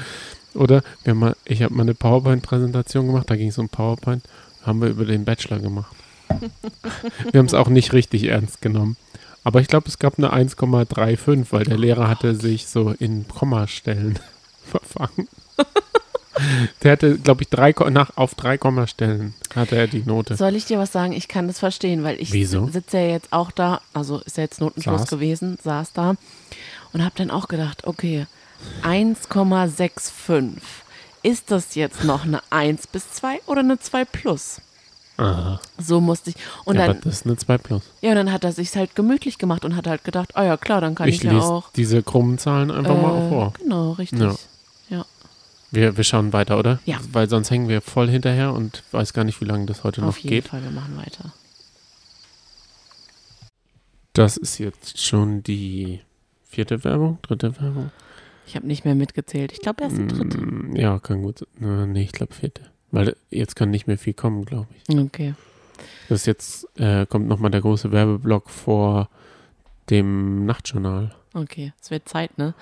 [SPEAKER 2] oder wir haben mal, ich habe mal eine PowerPoint-Präsentation gemacht, da ging es um PowerPoint, haben wir über den Bachelor gemacht. Wir haben es auch nicht richtig ernst genommen. Aber ich glaube, es gab eine 1,35, weil der Lehrer hatte sich so in Kommastellen verfangen. Der hatte, glaube ich, drei, Ko- nach, auf drei Kommastellen hatte er die Note.
[SPEAKER 1] Soll ich dir was sagen? Ich kann das verstehen, weil ich
[SPEAKER 2] Wieso?
[SPEAKER 1] sitze ja jetzt auch da, also ist ja jetzt notenlos
[SPEAKER 2] Saß.
[SPEAKER 1] gewesen, saß da und habe dann auch gedacht, okay, 1,65. Ist das jetzt noch eine 1 bis 2 oder eine 2 plus?
[SPEAKER 2] Aha.
[SPEAKER 1] So musste ich. Und
[SPEAKER 2] Ah, ja, aber
[SPEAKER 1] dann,
[SPEAKER 2] das ist eine 2 plus.
[SPEAKER 1] ja, und dann hat er sich halt gemütlich gemacht und hat halt gedacht, ah ja klar, dann kann ich,
[SPEAKER 2] ich
[SPEAKER 1] ja
[SPEAKER 2] lese
[SPEAKER 1] auch.
[SPEAKER 2] diese krummen Zahlen einfach mal
[SPEAKER 1] äh,
[SPEAKER 2] vor.
[SPEAKER 1] Genau, richtig.
[SPEAKER 2] Ja.
[SPEAKER 1] ja.
[SPEAKER 2] Wir, wir schauen weiter, oder?
[SPEAKER 1] Ja.
[SPEAKER 2] Weil sonst hängen wir voll hinterher und weiß gar nicht, wie lange das heute noch
[SPEAKER 1] Auf jeden
[SPEAKER 2] geht.
[SPEAKER 1] Fall, wir machen weiter.
[SPEAKER 2] Das ist jetzt schon die vierte Werbung, dritte Werbung.
[SPEAKER 1] Ich habe nicht mehr mitgezählt. Ich glaube, erst die dritte.
[SPEAKER 2] Mm, Ja, kann gut sein. Na, Nee, ich glaube vierte. Weil jetzt kann nicht mehr viel kommen, glaube ich.
[SPEAKER 1] Okay.
[SPEAKER 2] Das ist jetzt äh, kommt nochmal der große Werbeblock vor dem Nachtjournal.
[SPEAKER 1] Okay, es wird Zeit, ne?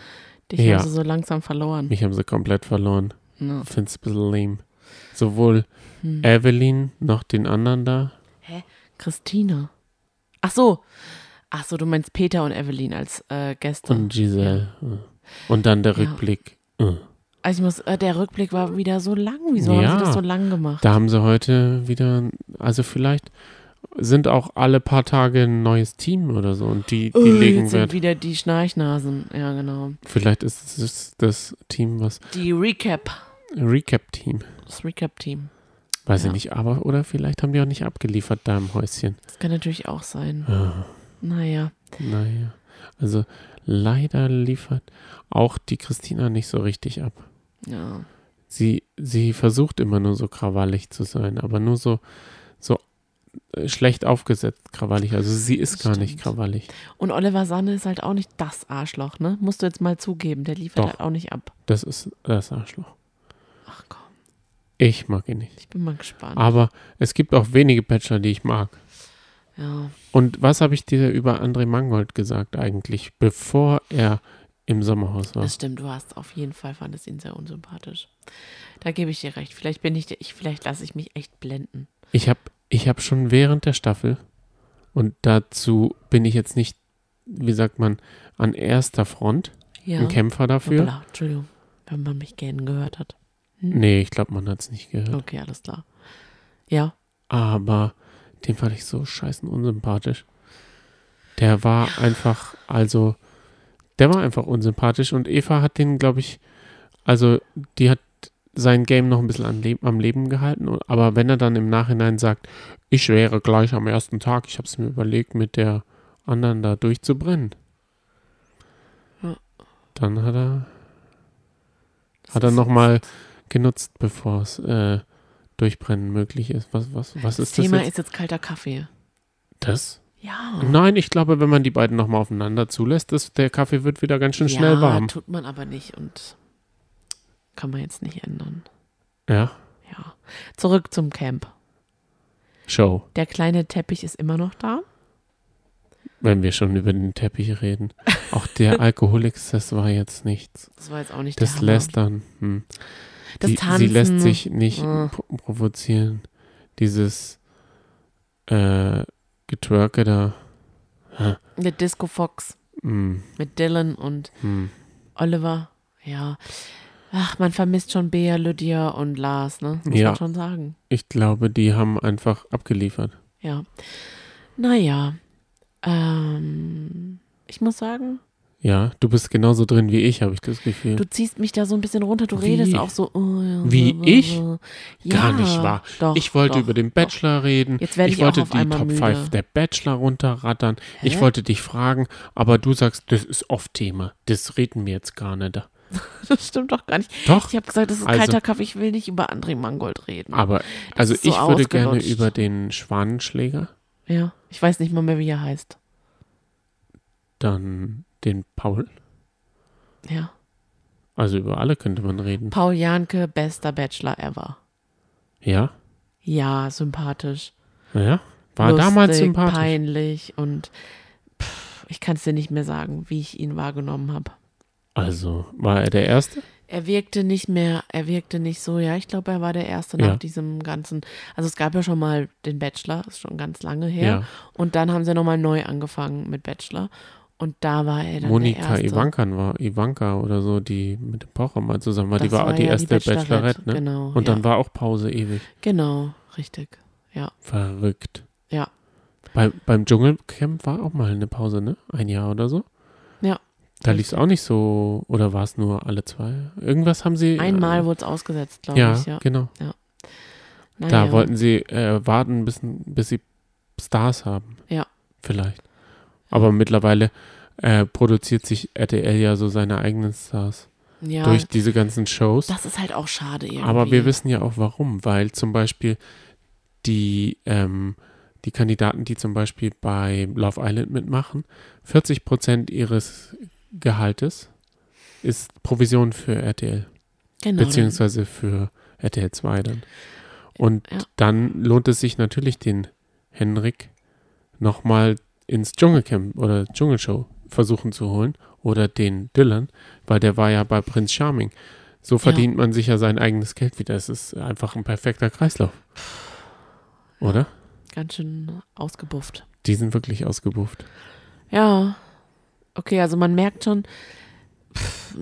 [SPEAKER 1] Dich
[SPEAKER 2] Ja.
[SPEAKER 1] haben sie so langsam verloren.
[SPEAKER 2] Mich haben sie komplett verloren.
[SPEAKER 1] Ja.
[SPEAKER 2] Find's ein bisschen lame. Sowohl
[SPEAKER 1] Hm.
[SPEAKER 2] Äh. Evelyn noch den anderen da.
[SPEAKER 1] Christina. Ach so. Ach so, du meinst Peter und Evelyn als äh, Gäste.
[SPEAKER 2] Und Giselle. Und dann der
[SPEAKER 1] Ja.
[SPEAKER 2] Rückblick. Äh.
[SPEAKER 1] also ich muss, äh, der Rückblick war wieder so lang. Wieso haben
[SPEAKER 2] Ja.
[SPEAKER 1] sie das so lang gemacht?
[SPEAKER 2] Da haben sie heute wieder, also vielleicht sind auch alle paar Tage ein neues Team oder so und die, die
[SPEAKER 1] Oh,
[SPEAKER 2] legen
[SPEAKER 1] jetzt sind
[SPEAKER 2] Wert.
[SPEAKER 1] wieder die Schnarchnasen. Ja, genau.
[SPEAKER 2] Vielleicht ist es das Team, was
[SPEAKER 1] Die Recap.
[SPEAKER 2] Recap-Team.
[SPEAKER 1] Das Recap-Team.
[SPEAKER 2] Weiß
[SPEAKER 1] Ja.
[SPEAKER 2] ich nicht, aber oder vielleicht haben die auch nicht abgeliefert da im Häuschen.
[SPEAKER 1] Das kann natürlich auch sein.
[SPEAKER 2] Ah,
[SPEAKER 1] Naja.
[SPEAKER 2] naja. Also leider liefert auch die Christina nicht so richtig ab.
[SPEAKER 1] Ja.
[SPEAKER 2] sie, sie versucht immer nur so krawallig zu sein, aber nur so, so äh, schlecht aufgesetzt krawallig. Also sie ist
[SPEAKER 1] Das
[SPEAKER 2] gar nicht
[SPEAKER 1] stimmt.
[SPEAKER 2] krawallig.
[SPEAKER 1] Und Oliver Sanne ist halt auch nicht das Arschloch, ne? Musst du jetzt mal zugeben. Der liefert
[SPEAKER 2] Doch.
[SPEAKER 1] halt auch nicht ab.
[SPEAKER 2] Das ist das Arschloch.
[SPEAKER 1] Ach komm,
[SPEAKER 2] Ich mag ihn nicht.
[SPEAKER 1] ich bin mal gespannt.
[SPEAKER 2] Aber es gibt auch wenige Bachelor, die ich mag.
[SPEAKER 1] Ja.
[SPEAKER 2] Und was habe ich dir über André Mangold gesagt eigentlich, bevor er im Sommerhaus war?
[SPEAKER 1] Das stimmt, du hast auf jeden Fall fandest ihn sehr unsympathisch. Da gebe ich dir recht. Vielleicht bin ich, ich vielleicht lasse ich mich echt blenden.
[SPEAKER 2] Ich habe ich hab schon während der Staffel, und dazu bin ich jetzt nicht, wie sagt man, an erster Front,
[SPEAKER 1] Ja.
[SPEAKER 2] ein Kämpfer dafür.
[SPEAKER 1] Hoppla, Entschuldigung, wenn man mich gähnen gehört hat. Hm?
[SPEAKER 2] Nee, ich glaube, man hat es nicht gehört.
[SPEAKER 1] Okay, alles klar. Ja,
[SPEAKER 2] aber den fand ich so scheißen unsympathisch. Der war einfach, also, der war einfach unsympathisch und Eva hat den, glaube ich, also, die hat sein Game noch ein bisschen am, Leb- am Leben gehalten, und- aber wenn er dann im Nachhinein sagt, ich wäre gleich am ersten Tag, ich habe es mir überlegt, mit der anderen da durchzubrennen,
[SPEAKER 1] Ja.
[SPEAKER 2] dann hat er,
[SPEAKER 1] Das
[SPEAKER 2] hat er
[SPEAKER 1] ist
[SPEAKER 2] nochmal genutzt, bevor es äh, durchbrennen möglich ist. Was, was, was
[SPEAKER 1] das
[SPEAKER 2] ist das
[SPEAKER 1] Thema
[SPEAKER 2] jetzt?
[SPEAKER 1] ist jetzt kalter Kaffee.
[SPEAKER 2] Das?
[SPEAKER 1] Ja.
[SPEAKER 2] Nein, ich glaube, wenn man die beiden nochmal aufeinander zulässt, das, der Kaffee wird wieder ganz schön schnell
[SPEAKER 1] ja,
[SPEAKER 2] warm.
[SPEAKER 1] tut man aber nicht und kann man jetzt nicht ändern.
[SPEAKER 2] Ja.
[SPEAKER 1] Ja. Zurück zum Camp.
[SPEAKER 2] Show,
[SPEAKER 1] Der kleine Teppich ist immer noch da.
[SPEAKER 2] wenn wir schon über den Teppich reden. Auch der Alkoholix, das war jetzt nichts.
[SPEAKER 1] Das war jetzt auch nicht der
[SPEAKER 2] Das
[SPEAKER 1] Hammer.
[SPEAKER 2] Lästern. Hm.
[SPEAKER 1] Das
[SPEAKER 2] die,
[SPEAKER 1] Tanzen.
[SPEAKER 2] sie lässt sich nicht
[SPEAKER 1] Ah.
[SPEAKER 2] pro- provozieren. Dieses äh, Getwerke da.
[SPEAKER 1] Der Disco Fox
[SPEAKER 2] Hm,
[SPEAKER 1] mit Dylan und
[SPEAKER 2] hm.
[SPEAKER 1] Oliver, ja. Ach, man vermisst schon Bea, Lydia und Lars, ne? Muss
[SPEAKER 2] Ja.
[SPEAKER 1] man schon sagen.
[SPEAKER 2] Ich glaube, die haben einfach abgeliefert.
[SPEAKER 1] Ja. Naja. Ähm, ich muss sagen,
[SPEAKER 2] Ja, du bist genauso drin wie ich, habe ich das Gefühl.
[SPEAKER 1] du ziehst mich da so ein bisschen runter. Du
[SPEAKER 2] Wie?
[SPEAKER 1] redest auch so. oh, ja,
[SPEAKER 2] Wie
[SPEAKER 1] ja,
[SPEAKER 2] ich?
[SPEAKER 1] ja.
[SPEAKER 2] Gar nicht wahr.
[SPEAKER 1] Doch,
[SPEAKER 2] ich wollte
[SPEAKER 1] doch.
[SPEAKER 2] über den Bachelor reden.
[SPEAKER 1] Jetzt werde ich auch
[SPEAKER 2] wollte
[SPEAKER 1] auf
[SPEAKER 2] die
[SPEAKER 1] einmal
[SPEAKER 2] Top
[SPEAKER 1] müde.
[SPEAKER 2] 5 der Bachelor runterrattern. Ich
[SPEAKER 1] Hä?
[SPEAKER 2] wollte dich fragen, aber du sagst, das ist oft Thema. Das reden wir jetzt gar nicht.
[SPEAKER 1] Das stimmt doch gar nicht.
[SPEAKER 2] Doch,
[SPEAKER 1] Ich habe gesagt, das ist
[SPEAKER 2] Also-
[SPEAKER 1] kalter Kaffee. Ich will nicht über André Mangold reden.
[SPEAKER 2] aber also
[SPEAKER 1] ist so
[SPEAKER 2] ich würde gerne
[SPEAKER 1] ausgelutscht.
[SPEAKER 2] über den Schwanenschläger,
[SPEAKER 1] Ja. Ich weiß nicht mal mehr, wie er heißt.
[SPEAKER 2] dann den Paul.
[SPEAKER 1] Ja.
[SPEAKER 2] Also über alle könnte man reden.
[SPEAKER 1] Paul Janke, bester Bachelor ever.
[SPEAKER 2] Ja,
[SPEAKER 1] Ja, sympathisch.
[SPEAKER 2] ja. War
[SPEAKER 1] lustig,
[SPEAKER 2] damals sympathisch.
[SPEAKER 1] peinlich und pff, ich kann es dir nicht mehr sagen, wie ich ihn wahrgenommen habe.
[SPEAKER 2] Also war er der Erste?
[SPEAKER 1] Er wirkte nicht mehr, er wirkte nicht so, ja, ich glaube, er war der Erste
[SPEAKER 2] Ja.
[SPEAKER 1] nach diesem ganzen, also es gab ja schon mal den Bachelor, ist schon ganz lange her.
[SPEAKER 2] Ja.
[SPEAKER 1] Und dann haben sie nochmal neu angefangen mit Bachelor. Und da war er dann der
[SPEAKER 2] Monika
[SPEAKER 1] Erste.
[SPEAKER 2] Ivankan war Ivanka oder so, die mit dem Pocher mal zusammen war. Die
[SPEAKER 1] Das
[SPEAKER 2] war, die
[SPEAKER 1] ja
[SPEAKER 2] erste Bachelorette, ne?
[SPEAKER 1] Genau,
[SPEAKER 2] Und
[SPEAKER 1] ja.
[SPEAKER 2] dann war auch Pause ewig.
[SPEAKER 1] Genau, richtig.
[SPEAKER 2] Verrückt.
[SPEAKER 1] Ja.
[SPEAKER 2] Bei, beim Dschungelcamp war auch mal eine Pause, ne? Ein Jahr oder so.
[SPEAKER 1] Ja.
[SPEAKER 2] Da lief es auch nicht so, oder war es nur alle zwei? Irgendwas haben sie. äh,
[SPEAKER 1] Einmal wurde es ausgesetzt, glaube
[SPEAKER 2] ja,
[SPEAKER 1] ich, ja.
[SPEAKER 2] genau.
[SPEAKER 1] Naja.
[SPEAKER 2] Da wollten sie äh, warten, bis, bis sie Stars haben.
[SPEAKER 1] Ja.
[SPEAKER 2] Vielleicht. Aber mittlerweile äh, produziert sich RTL ja so seine eigenen Stars
[SPEAKER 1] ja,
[SPEAKER 2] durch diese ganzen Shows.
[SPEAKER 1] das ist halt auch schade irgendwie.
[SPEAKER 2] Aber wir wissen ja auch warum, weil zum Beispiel die, ähm, die Kandidaten, die zum Beispiel bei Love Island mitmachen, 40 Prozent ihres Gehaltes ist Provision für RTL,
[SPEAKER 1] genau,
[SPEAKER 2] beziehungsweise für RTL 2 dann. Und
[SPEAKER 1] Ja.
[SPEAKER 2] dann lohnt es sich natürlich den Henrik nochmal ins Dschungelcamp oder Dschungelshow versuchen zu holen oder den Dylan, weil der war ja bei Prinz Charming. So verdient man sich ja sein eigenes Geld wieder. Es ist einfach ein perfekter Kreislauf. Oder?
[SPEAKER 1] ganz schön ausgebufft.
[SPEAKER 2] Die sind wirklich ausgebufft.
[SPEAKER 1] Ja. Okay, also man merkt schon, pff,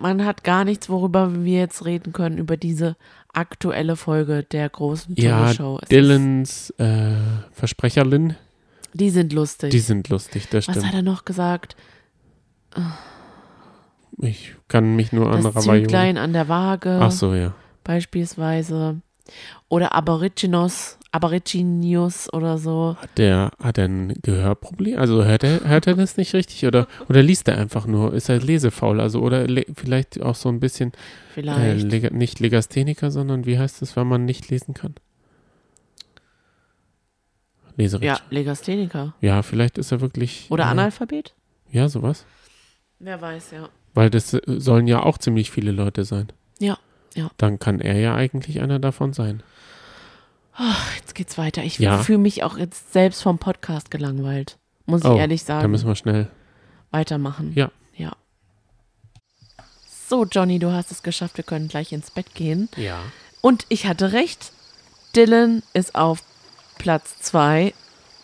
[SPEAKER 1] man hat gar nichts, worüber wir jetzt reden können, über diese aktuelle Folge der großen
[SPEAKER 2] Ja,
[SPEAKER 1] Show.
[SPEAKER 2] Dylans äh, Versprecherlin,
[SPEAKER 1] die sind lustig.
[SPEAKER 2] die sind lustig, das
[SPEAKER 1] Was hat
[SPEAKER 2] stimmt.
[SPEAKER 1] er noch gesagt?
[SPEAKER 2] Ich kann mich nur an
[SPEAKER 1] Das
[SPEAKER 2] Ravaio.
[SPEAKER 1] Züglein an der Waage
[SPEAKER 2] Ach so, ja.
[SPEAKER 1] beispielsweise. Oder Aboriginos, Aboriginius oder so.
[SPEAKER 2] Hat der hat er ein Gehörproblem? Also hört er, hört er das nicht richtig oder, oder liest er einfach nur? Ist er lesefaul? Also oder le vielleicht auch so ein bisschen äh,
[SPEAKER 1] Vielleicht.
[SPEAKER 2] Lega nicht Legastheniker, sondern wie heißt es, wenn man nicht lesen kann? Leserich.
[SPEAKER 1] ja, Legastheniker.
[SPEAKER 2] Ja, vielleicht ist er wirklich.
[SPEAKER 1] Oder
[SPEAKER 2] äh,
[SPEAKER 1] Analphabet?
[SPEAKER 2] Ja, sowas.
[SPEAKER 1] Wer weiß, ja.
[SPEAKER 2] Weil das äh, sollen ja auch ziemlich viele Leute sein.
[SPEAKER 1] Ja, ja.
[SPEAKER 2] Dann kann er ja eigentlich einer davon sein.
[SPEAKER 1] Jetzt geht's weiter. Ich
[SPEAKER 2] Ja.
[SPEAKER 1] fühle mich auch jetzt selbst vom Podcast gelangweilt. Muss ich
[SPEAKER 2] Oh,
[SPEAKER 1] ehrlich
[SPEAKER 2] Da
[SPEAKER 1] sagen.
[SPEAKER 2] müssen wir schnell.
[SPEAKER 1] Weitermachen.
[SPEAKER 2] Ja.
[SPEAKER 1] Ja. So, Johnny, du hast es geschafft. Wir können gleich ins Bett gehen.
[SPEAKER 2] Ja.
[SPEAKER 1] Und ich hatte recht. Dylan ist auf Platz 2.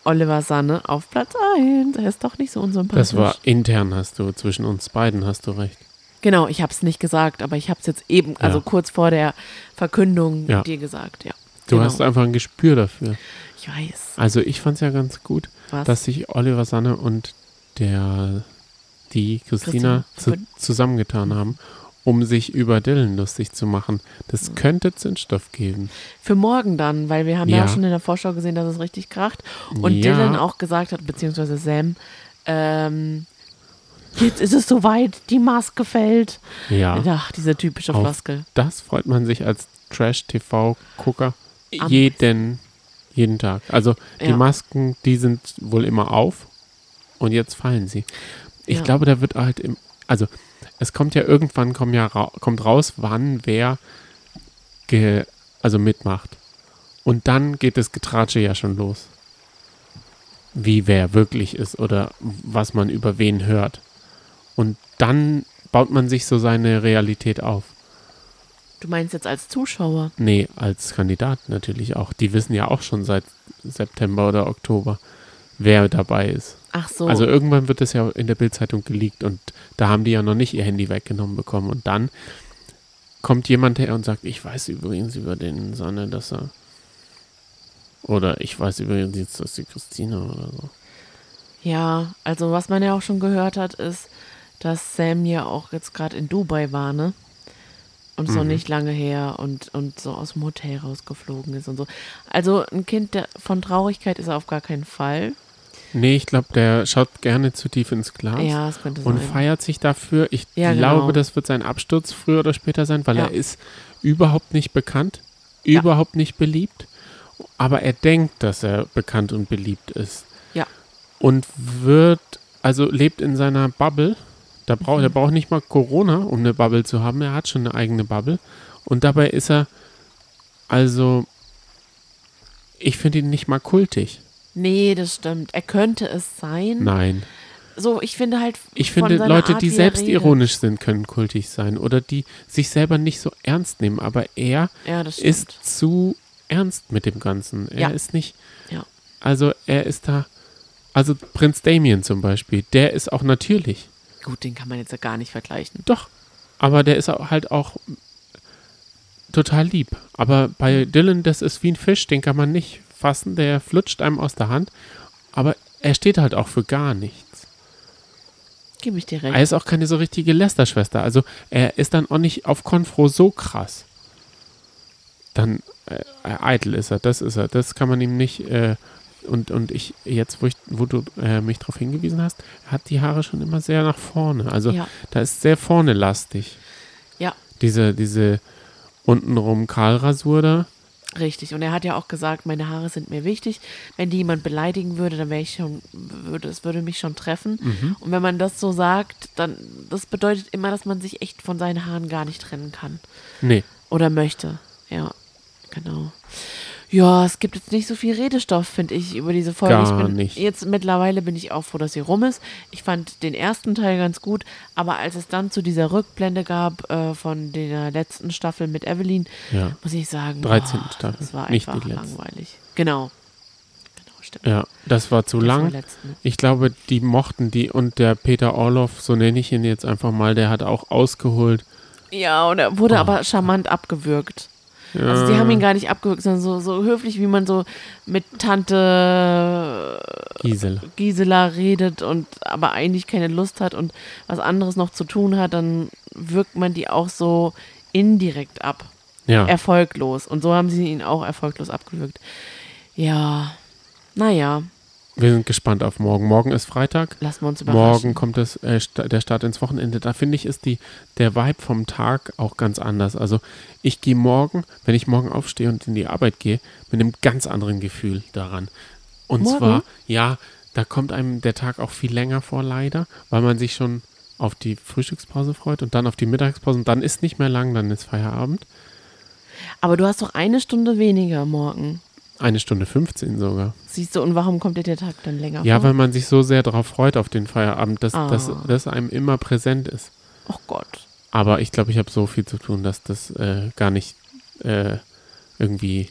[SPEAKER 1] Oliver Sanne auf Platz 1. Er ist doch nicht so unsympathisch.
[SPEAKER 2] Das war intern, hast du. Zwischen uns beiden hast du recht.
[SPEAKER 1] Genau, ich habe es nicht gesagt, aber ich habe es jetzt eben, also kurz vor der Verkündung
[SPEAKER 2] Ja.
[SPEAKER 1] dir gesagt, ja.
[SPEAKER 2] Du
[SPEAKER 1] genau.
[SPEAKER 2] hast einfach ein Gespür dafür.
[SPEAKER 1] Ich weiß.
[SPEAKER 2] Also ich fand es ja ganz gut,
[SPEAKER 1] Was?
[SPEAKER 2] dass sich Oliver Sanne und der die Christina,
[SPEAKER 1] Christina.
[SPEAKER 2] zu, zusammengetan haben, um sich über Dylan lustig zu machen. Das könnte Zündstoff geben.
[SPEAKER 1] Für morgen dann, weil wir haben ja,
[SPEAKER 2] Ja.
[SPEAKER 1] auch schon in der Vorschau gesehen, dass es richtig kracht. Und
[SPEAKER 2] Ja.
[SPEAKER 1] Dylan auch gesagt hat, beziehungsweise Sam, ähm, jetzt ist es soweit, die Maske fällt.
[SPEAKER 2] Ja.
[SPEAKER 1] Ach, diese typische
[SPEAKER 2] Ah. Auf-
[SPEAKER 1] Floskel.
[SPEAKER 2] Das freut man sich als Trash-TV-Gucker
[SPEAKER 1] Am
[SPEAKER 2] jeden, jeden Tag. Also die
[SPEAKER 1] Ja.
[SPEAKER 2] Masken, die sind wohl immer auf und jetzt fallen sie. Ich
[SPEAKER 1] Ja.
[SPEAKER 2] glaube, da wird halt im, also es kommt ja irgendwann kommen ja ra kommt raus, wann wer ge, also mitmacht. Und dann geht das Getratsche ja schon los. Wie wer wirklich ist oder was man über wen hört. Und dann baut man sich so seine Realität auf.
[SPEAKER 1] Du meinst jetzt als Zuschauer?
[SPEAKER 2] Nee, als Kandidat natürlich auch. Die wissen ja auch schon seit September oder Oktober, wer dabei ist.
[SPEAKER 1] Ach so.
[SPEAKER 2] Also irgendwann wird das ja in der Bildzeitung geleakt und da haben die ja noch nicht ihr Handy weggenommen bekommen. Und dann kommt jemand her und sagt, ich weiß übrigens über den Sonne, dass er. Oder ich weiß übrigens jetzt, dass die Christina oder so.
[SPEAKER 1] ja, also was man ja auch schon gehört hat, ist, dass Sam ja auch jetzt gerade in Dubai war, ne? Und
[SPEAKER 2] Mhm.
[SPEAKER 1] so nicht lange her und, und so aus dem Hotel rausgeflogen ist und so. Also ein Kind der, von Traurigkeit ist er auf gar keinen Fall.
[SPEAKER 2] Nee, ich glaube, der schaut gerne zu tief ins Glas.
[SPEAKER 1] Ja, es könnte sein.
[SPEAKER 2] und feiert sich dafür. Ich
[SPEAKER 1] Ja,
[SPEAKER 2] glaube,
[SPEAKER 1] genau.
[SPEAKER 2] das wird sein Absturz früher oder später sein, weil
[SPEAKER 1] Ja.
[SPEAKER 2] er ist überhaupt nicht bekannt, überhaupt nicht beliebt, aber er denkt, dass er bekannt und beliebt ist.
[SPEAKER 1] Ja.
[SPEAKER 2] Und wird, also lebt in seiner Bubble. Da
[SPEAKER 1] Mhm.
[SPEAKER 2] braucht er braucht nicht mal Corona, um eine Bubble zu haben. Er hat schon eine eigene Bubble. Und dabei ist er, also, ich finde ihn nicht mal kultig.
[SPEAKER 1] Nee, das stimmt. Er könnte es sein.
[SPEAKER 2] Nein.
[SPEAKER 1] so, ich finde halt.
[SPEAKER 2] Ich
[SPEAKER 1] von
[SPEAKER 2] finde,
[SPEAKER 1] seiner
[SPEAKER 2] Leute,
[SPEAKER 1] Art,
[SPEAKER 2] die
[SPEAKER 1] wie er redet.
[SPEAKER 2] selbstironisch sind, können kultig sein oder die sich selber nicht so ernst nehmen. Aber er
[SPEAKER 1] Ja, das stimmt.
[SPEAKER 2] ist zu ernst mit dem Ganzen. Er
[SPEAKER 1] Ja.
[SPEAKER 2] ist nicht.
[SPEAKER 1] Ja.
[SPEAKER 2] Also er ist da. Also Prinz Damien zum Beispiel, der ist auch natürlich.
[SPEAKER 1] Gut, den kann man jetzt ja gar nicht vergleichen.
[SPEAKER 2] Doch. Aber der ist auch halt auch total lieb. Aber
[SPEAKER 1] Mhm.
[SPEAKER 2] bei Dylan, das ist wie ein Fisch, den kann man nicht fassen. Der flutscht einem aus der Hand. Aber er steht halt auch für gar nichts.
[SPEAKER 1] Gebe ich dir
[SPEAKER 2] Er
[SPEAKER 1] recht.
[SPEAKER 2] ist auch keine so richtige Lästerschwester. Also er ist dann auch nicht auf Konfro so krass. Dann äh, eitel ist er, das ist er. Das kann man ihm nicht. Äh, und, und ich, jetzt, wo, ich, wo du äh, mich darauf hingewiesen hast, er hat die Haare schon immer sehr nach vorne. Also
[SPEAKER 1] Ja.
[SPEAKER 2] da ist sehr vorne lastig.
[SPEAKER 1] Ja,
[SPEAKER 2] Diese, diese untenrum Kahlrasur da.
[SPEAKER 1] richtig. Und er hat ja auch gesagt, meine Haare sind mir wichtig. Wenn die jemand beleidigen würde, dann wäre ich schon, würde, es würde mich schon treffen.
[SPEAKER 2] Mhm.
[SPEAKER 1] Und wenn man das so sagt, dann, das bedeutet immer, dass man sich echt von seinen Haaren gar nicht trennen kann.
[SPEAKER 2] Nee.
[SPEAKER 1] Oder möchte. Ja, genau. Ja, es gibt jetzt nicht so viel Redestoff, finde ich, über diese Folge.
[SPEAKER 2] Gar
[SPEAKER 1] ich bin,
[SPEAKER 2] nicht.
[SPEAKER 1] Jetzt mittlerweile bin ich auch froh, dass sie rum ist. Ich fand den ersten Teil ganz gut, aber als es dann zu dieser Rückblende gab äh, von der letzten Staffel mit Evelyn,
[SPEAKER 2] Ja.
[SPEAKER 1] muss ich sagen,
[SPEAKER 2] 13.
[SPEAKER 1] boah,
[SPEAKER 2] Staffel,
[SPEAKER 1] das war
[SPEAKER 2] nicht
[SPEAKER 1] einfach
[SPEAKER 2] die letzte.
[SPEAKER 1] langweilig. Genau. Genau, stimmt.
[SPEAKER 2] Ja, das war zu
[SPEAKER 1] Das war
[SPEAKER 2] lang.
[SPEAKER 1] letzten, ne?
[SPEAKER 2] Ich glaube, die mochten die und der Peter Orloff, so nenne ich ihn jetzt einfach mal, der hat auch ausgeholt.
[SPEAKER 1] Ja, und er
[SPEAKER 2] Ah,
[SPEAKER 1] wurde aber charmant abgewürgt.
[SPEAKER 2] Ja.
[SPEAKER 1] Also die haben ihn gar nicht abgewürgt, sondern so, so höflich, wie man so mit Tante
[SPEAKER 2] Gisela.
[SPEAKER 1] Gisela redet und aber eigentlich keine Lust hat und was anderes noch zu tun hat, dann wirkt man die auch so indirekt ab.
[SPEAKER 2] Ja.
[SPEAKER 1] Erfolglos. Und so haben sie ihn auch erfolglos abgewürgt. Ja. Naja,
[SPEAKER 2] Wir sind gespannt auf morgen. Morgen ist Freitag.
[SPEAKER 1] lassen wir uns überraschen.
[SPEAKER 2] Morgen kommt das, äh, sta- der Start ins Wochenende. Da finde ich, ist die, der Vibe vom Tag auch ganz anders. Also ich gehe morgen, wenn ich morgen aufstehe und in die Arbeit gehe, mit einem ganz anderen Gefühl daran. Und
[SPEAKER 1] Morgen?
[SPEAKER 2] zwar, ja, da kommt einem der Tag auch viel länger vor, leider, weil man sich schon auf die Frühstückspause freut und dann auf die Mittagspause und dann ist nicht mehr lang, dann ist Feierabend.
[SPEAKER 1] Aber du hast doch eine Stunde weniger morgen.
[SPEAKER 2] Eine Stunde 15 sogar.
[SPEAKER 1] Siehst du, und warum kommt dir der Tag dann länger
[SPEAKER 2] Ja,
[SPEAKER 1] vor?
[SPEAKER 2] weil man sich so sehr darauf freut auf den Feierabend, dass,
[SPEAKER 1] Ah.
[SPEAKER 2] dass das einem immer präsent ist.
[SPEAKER 1] Oh Gott.
[SPEAKER 2] Aber ich glaube, ich habe so viel zu tun, dass das äh, gar nicht äh, irgendwie.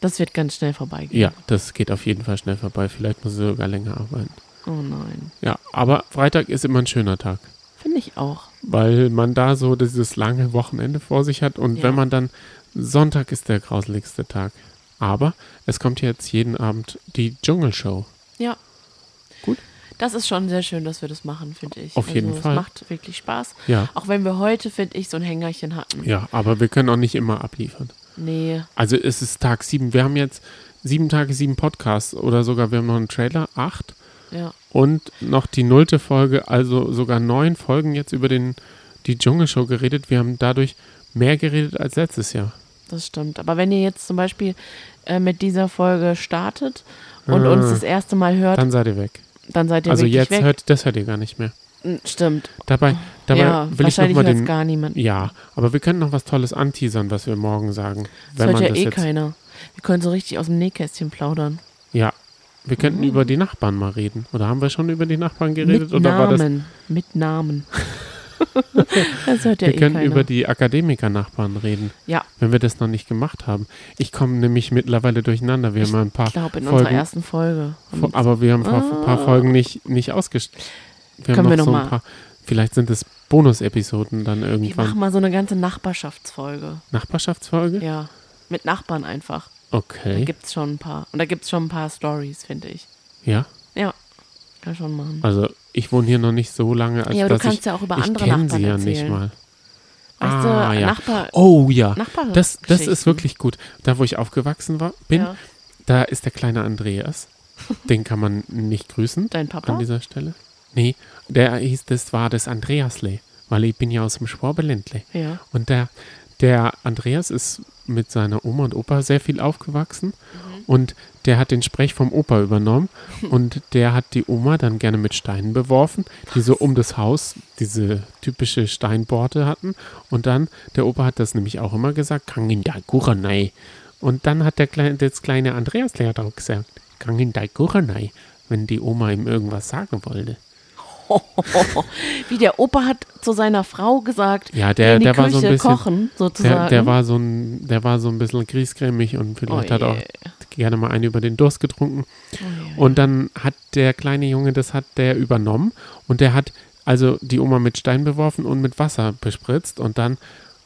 [SPEAKER 1] Das wird ganz schnell vorbeigehen.
[SPEAKER 2] Ja, das geht auf jeden Fall schnell vorbei. Vielleicht muss ich sogar länger arbeiten.
[SPEAKER 1] Oh nein.
[SPEAKER 2] Ja, aber Freitag ist immer ein schöner Tag,
[SPEAKER 1] Finde ich auch.
[SPEAKER 2] weil man da so dieses lange Wochenende vor sich hat. Und
[SPEAKER 1] Ja.
[SPEAKER 2] wenn man dann. Sonntag ist der grauseligste Tag. Aber es kommt jetzt jeden Abend die Dschungelshow.
[SPEAKER 1] Ja.
[SPEAKER 2] Gut.
[SPEAKER 1] Das ist schon sehr schön, dass wir das machen, finde ich. Also,
[SPEAKER 2] Auf jeden
[SPEAKER 1] es
[SPEAKER 2] Fall.
[SPEAKER 1] macht wirklich Spaß.
[SPEAKER 2] Ja.
[SPEAKER 1] Auch wenn wir heute, finde ich, so ein Hängerchen hatten.
[SPEAKER 2] Ja, aber wir können auch nicht immer abliefern.
[SPEAKER 1] Nee,
[SPEAKER 2] Also es ist Tag sieben. Wir haben jetzt sieben Tage, sieben Podcasts oder sogar wir haben noch einen Trailer, acht
[SPEAKER 1] ja.
[SPEAKER 2] und noch die nullte Folge, also sogar neun Folgen jetzt über den, die Dschungelshow geredet. Wir haben dadurch mehr geredet als letztes Jahr.
[SPEAKER 1] Das stimmt. Aber wenn ihr jetzt zum Beispiel äh, mit dieser Folge startet und uns das erste Mal hört, dann,
[SPEAKER 2] Äh. Dann
[SPEAKER 1] seid
[SPEAKER 2] seid ihr weg.
[SPEAKER 1] ihr
[SPEAKER 2] also
[SPEAKER 1] wirklich
[SPEAKER 2] jetzt
[SPEAKER 1] weg.
[SPEAKER 2] hört, das hört ihr gar nicht mehr.
[SPEAKER 1] Mm, stimmt.
[SPEAKER 2] Dabei, dabei
[SPEAKER 1] ja,
[SPEAKER 2] will ich
[SPEAKER 1] wahrscheinlich
[SPEAKER 2] nochmal
[SPEAKER 1] hört's
[SPEAKER 2] den...
[SPEAKER 1] gar niemand.
[SPEAKER 2] Ja, aber wir können noch was Tolles anteasern, was wir morgen sagen.
[SPEAKER 1] das
[SPEAKER 2] wenn
[SPEAKER 1] hört
[SPEAKER 2] man
[SPEAKER 1] ja
[SPEAKER 2] das
[SPEAKER 1] eh
[SPEAKER 2] jetzt,
[SPEAKER 1] keiner. Wir können so richtig aus dem Nähkästchen plaudern.
[SPEAKER 2] Ja, wir könnten über die Nachbarn mal reden. Oder haben wir schon über die Nachbarn geredet?
[SPEAKER 1] Mhm. mit
[SPEAKER 2] oder war das
[SPEAKER 1] Namen. mit Namen. das hört ja
[SPEAKER 2] Wir
[SPEAKER 1] eh
[SPEAKER 2] können
[SPEAKER 1] keiner.
[SPEAKER 2] über die Akademiker-Nachbarn reden,
[SPEAKER 1] ja,
[SPEAKER 2] wenn wir das noch nicht gemacht haben. Ich komme nämlich mittlerweile durcheinander. Wir haben ein paar
[SPEAKER 1] ich glaube, in unserer
[SPEAKER 2] Folgen,
[SPEAKER 1] ersten Folge.
[SPEAKER 2] Fo- aber wir haben ein paar, paar Folgen nicht, nicht ausgestellt.
[SPEAKER 1] Ah.
[SPEAKER 2] Wir
[SPEAKER 1] Können wir noch
[SPEAKER 2] so
[SPEAKER 1] mal-
[SPEAKER 2] ein paar. Vielleicht sind es Bonus-Episoden dann
[SPEAKER 1] Wir
[SPEAKER 2] irgendwann.
[SPEAKER 1] machen mal so eine ganze Nachbarschaftsfolge.
[SPEAKER 2] Nachbarschaftsfolge?
[SPEAKER 1] Ja, mit Nachbarn einfach. Da
[SPEAKER 2] Okay.
[SPEAKER 1] gibt es schon ein paar. Und da gibt es schon ein paar Stories, finde ich.
[SPEAKER 2] Ja.
[SPEAKER 1] Ja, kann schon machen.
[SPEAKER 2] Also ich wohne hier noch nicht so lange, als
[SPEAKER 1] Ja, aber du
[SPEAKER 2] Also dass
[SPEAKER 1] kannst
[SPEAKER 2] ich,
[SPEAKER 1] ja auch über
[SPEAKER 2] ich
[SPEAKER 1] andere
[SPEAKER 2] kenn
[SPEAKER 1] Nachbarn
[SPEAKER 2] sie ja nicht
[SPEAKER 1] erzählen.
[SPEAKER 2] mal.
[SPEAKER 1] Weißt du,
[SPEAKER 2] ah, ja.
[SPEAKER 1] Nachbar,
[SPEAKER 2] Oh ja.
[SPEAKER 1] Nachbar
[SPEAKER 2] Das, das ist wirklich gut. Da, wo ich aufgewachsen war, bin,
[SPEAKER 1] Ja.
[SPEAKER 2] da ist der kleine Andreas. Den kann man nicht grüßen.
[SPEAKER 1] Dein Papa?
[SPEAKER 2] An dieser Stelle. Nee, der hieß, das war das Andreasle, weil ich bin ja aus dem Schwabeländle.
[SPEAKER 1] Ja.
[SPEAKER 2] Und der, der Andreas ist mit seiner Oma und Opa sehr viel aufgewachsen
[SPEAKER 1] Mhm.
[SPEAKER 2] und der hat den Sprech vom Opa übernommen und der hat die Oma dann gerne mit Steinen beworfen, die so um das Haus diese typische Steinborte hatten und dann, der Opa hat das nämlich auch immer gesagt, Kangin da Guranei. Und dann hat der kleine, das kleine Andreas Lehrer gesagt, Kangin da Guranei, wenn die Oma ihm irgendwas sagen wollte.
[SPEAKER 1] Wie der Opa hat zu seiner Frau gesagt, geh
[SPEAKER 2] Ja, der,
[SPEAKER 1] in die
[SPEAKER 2] der war
[SPEAKER 1] Küche
[SPEAKER 2] so ein bisschen.
[SPEAKER 1] kochen, sozusagen.
[SPEAKER 2] Der, der, war so ein, der war so ein bisschen griesgrämig und vielleicht
[SPEAKER 1] Oh
[SPEAKER 2] hat er
[SPEAKER 1] je. Oh
[SPEAKER 2] auch gerne mal einen über den Durst getrunken. Und dann hat der kleine Junge, das hat der übernommen und der hat also die Oma mit Stein beworfen und mit Wasser bespritzt und dann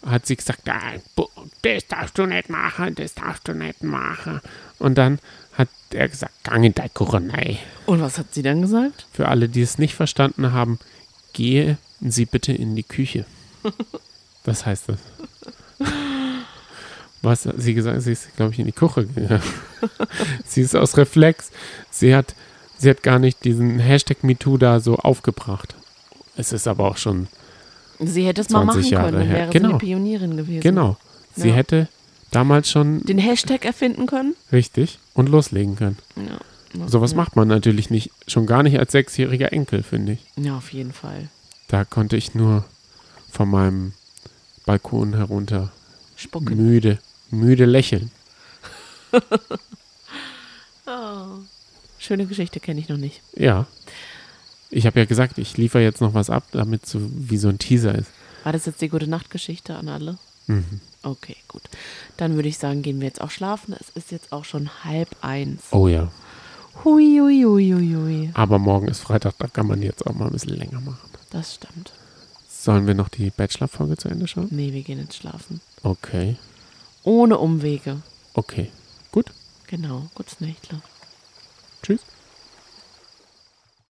[SPEAKER 2] hat sie gesagt, "Nein, bu- das darfst du nicht machen, das darfst du nicht machen. Und dann hat er gesagt, gang in deine Küche rein.
[SPEAKER 1] Und was hat sie dann gesagt?
[SPEAKER 2] Für alle, die es nicht verstanden haben, gehen Sie bitte in die Küche. Das heißt das. Was hat sie gesagt? Sie ist, glaube ich, in die Küche gegangen. sie ist aus Reflex. Sie hat, sie hat gar nicht diesen Hashtag MeToo da so aufgebracht. Es ist aber auch schon,
[SPEAKER 1] Sie hätte es mal
[SPEAKER 2] 20
[SPEAKER 1] machen
[SPEAKER 2] Jahre
[SPEAKER 1] können, dann
[SPEAKER 2] her.
[SPEAKER 1] wäre sie
[SPEAKER 2] Genau.
[SPEAKER 1] eine Pionierin gewesen.
[SPEAKER 2] genau. Sie
[SPEAKER 1] Ja.
[SPEAKER 2] hätte damals schon
[SPEAKER 1] Den Hashtag erfinden können?
[SPEAKER 2] richtig und loslegen können.
[SPEAKER 1] Ja.
[SPEAKER 2] Sowas macht man natürlich nicht, schon gar nicht als sechsjähriger Enkel, finde ich.
[SPEAKER 1] Ja, auf jeden Fall.
[SPEAKER 2] Da konnte ich nur von meinem Balkon herunter
[SPEAKER 1] Spucken.
[SPEAKER 2] müde, müde lächeln.
[SPEAKER 1] Oh. Schöne Geschichte kenne ich noch nicht.
[SPEAKER 2] Ja. Ich habe ja gesagt, ich liefere jetzt noch was ab, damit so wie so ein Teaser ist.
[SPEAKER 1] War das jetzt die gute Nachtgeschichte an alle?
[SPEAKER 2] Mhm.
[SPEAKER 1] Okay, gut. Dann würde ich sagen, gehen wir jetzt auch schlafen. Es ist jetzt auch schon halb eins.
[SPEAKER 2] Oh ja.
[SPEAKER 1] Hui, hui, hui, hui, hui.
[SPEAKER 2] Aber morgen ist Freitag, da kann man jetzt auch mal ein bisschen länger machen.
[SPEAKER 1] Das stimmt.
[SPEAKER 2] Sollen wir noch die Bachelor-Folge zu Ende schauen?
[SPEAKER 1] Nee, wir gehen jetzt schlafen.
[SPEAKER 2] Okay.
[SPEAKER 1] Ohne Umwege.
[SPEAKER 2] Okay. Gut.
[SPEAKER 1] Genau. Gutes Nächtle.
[SPEAKER 2] Tschüss.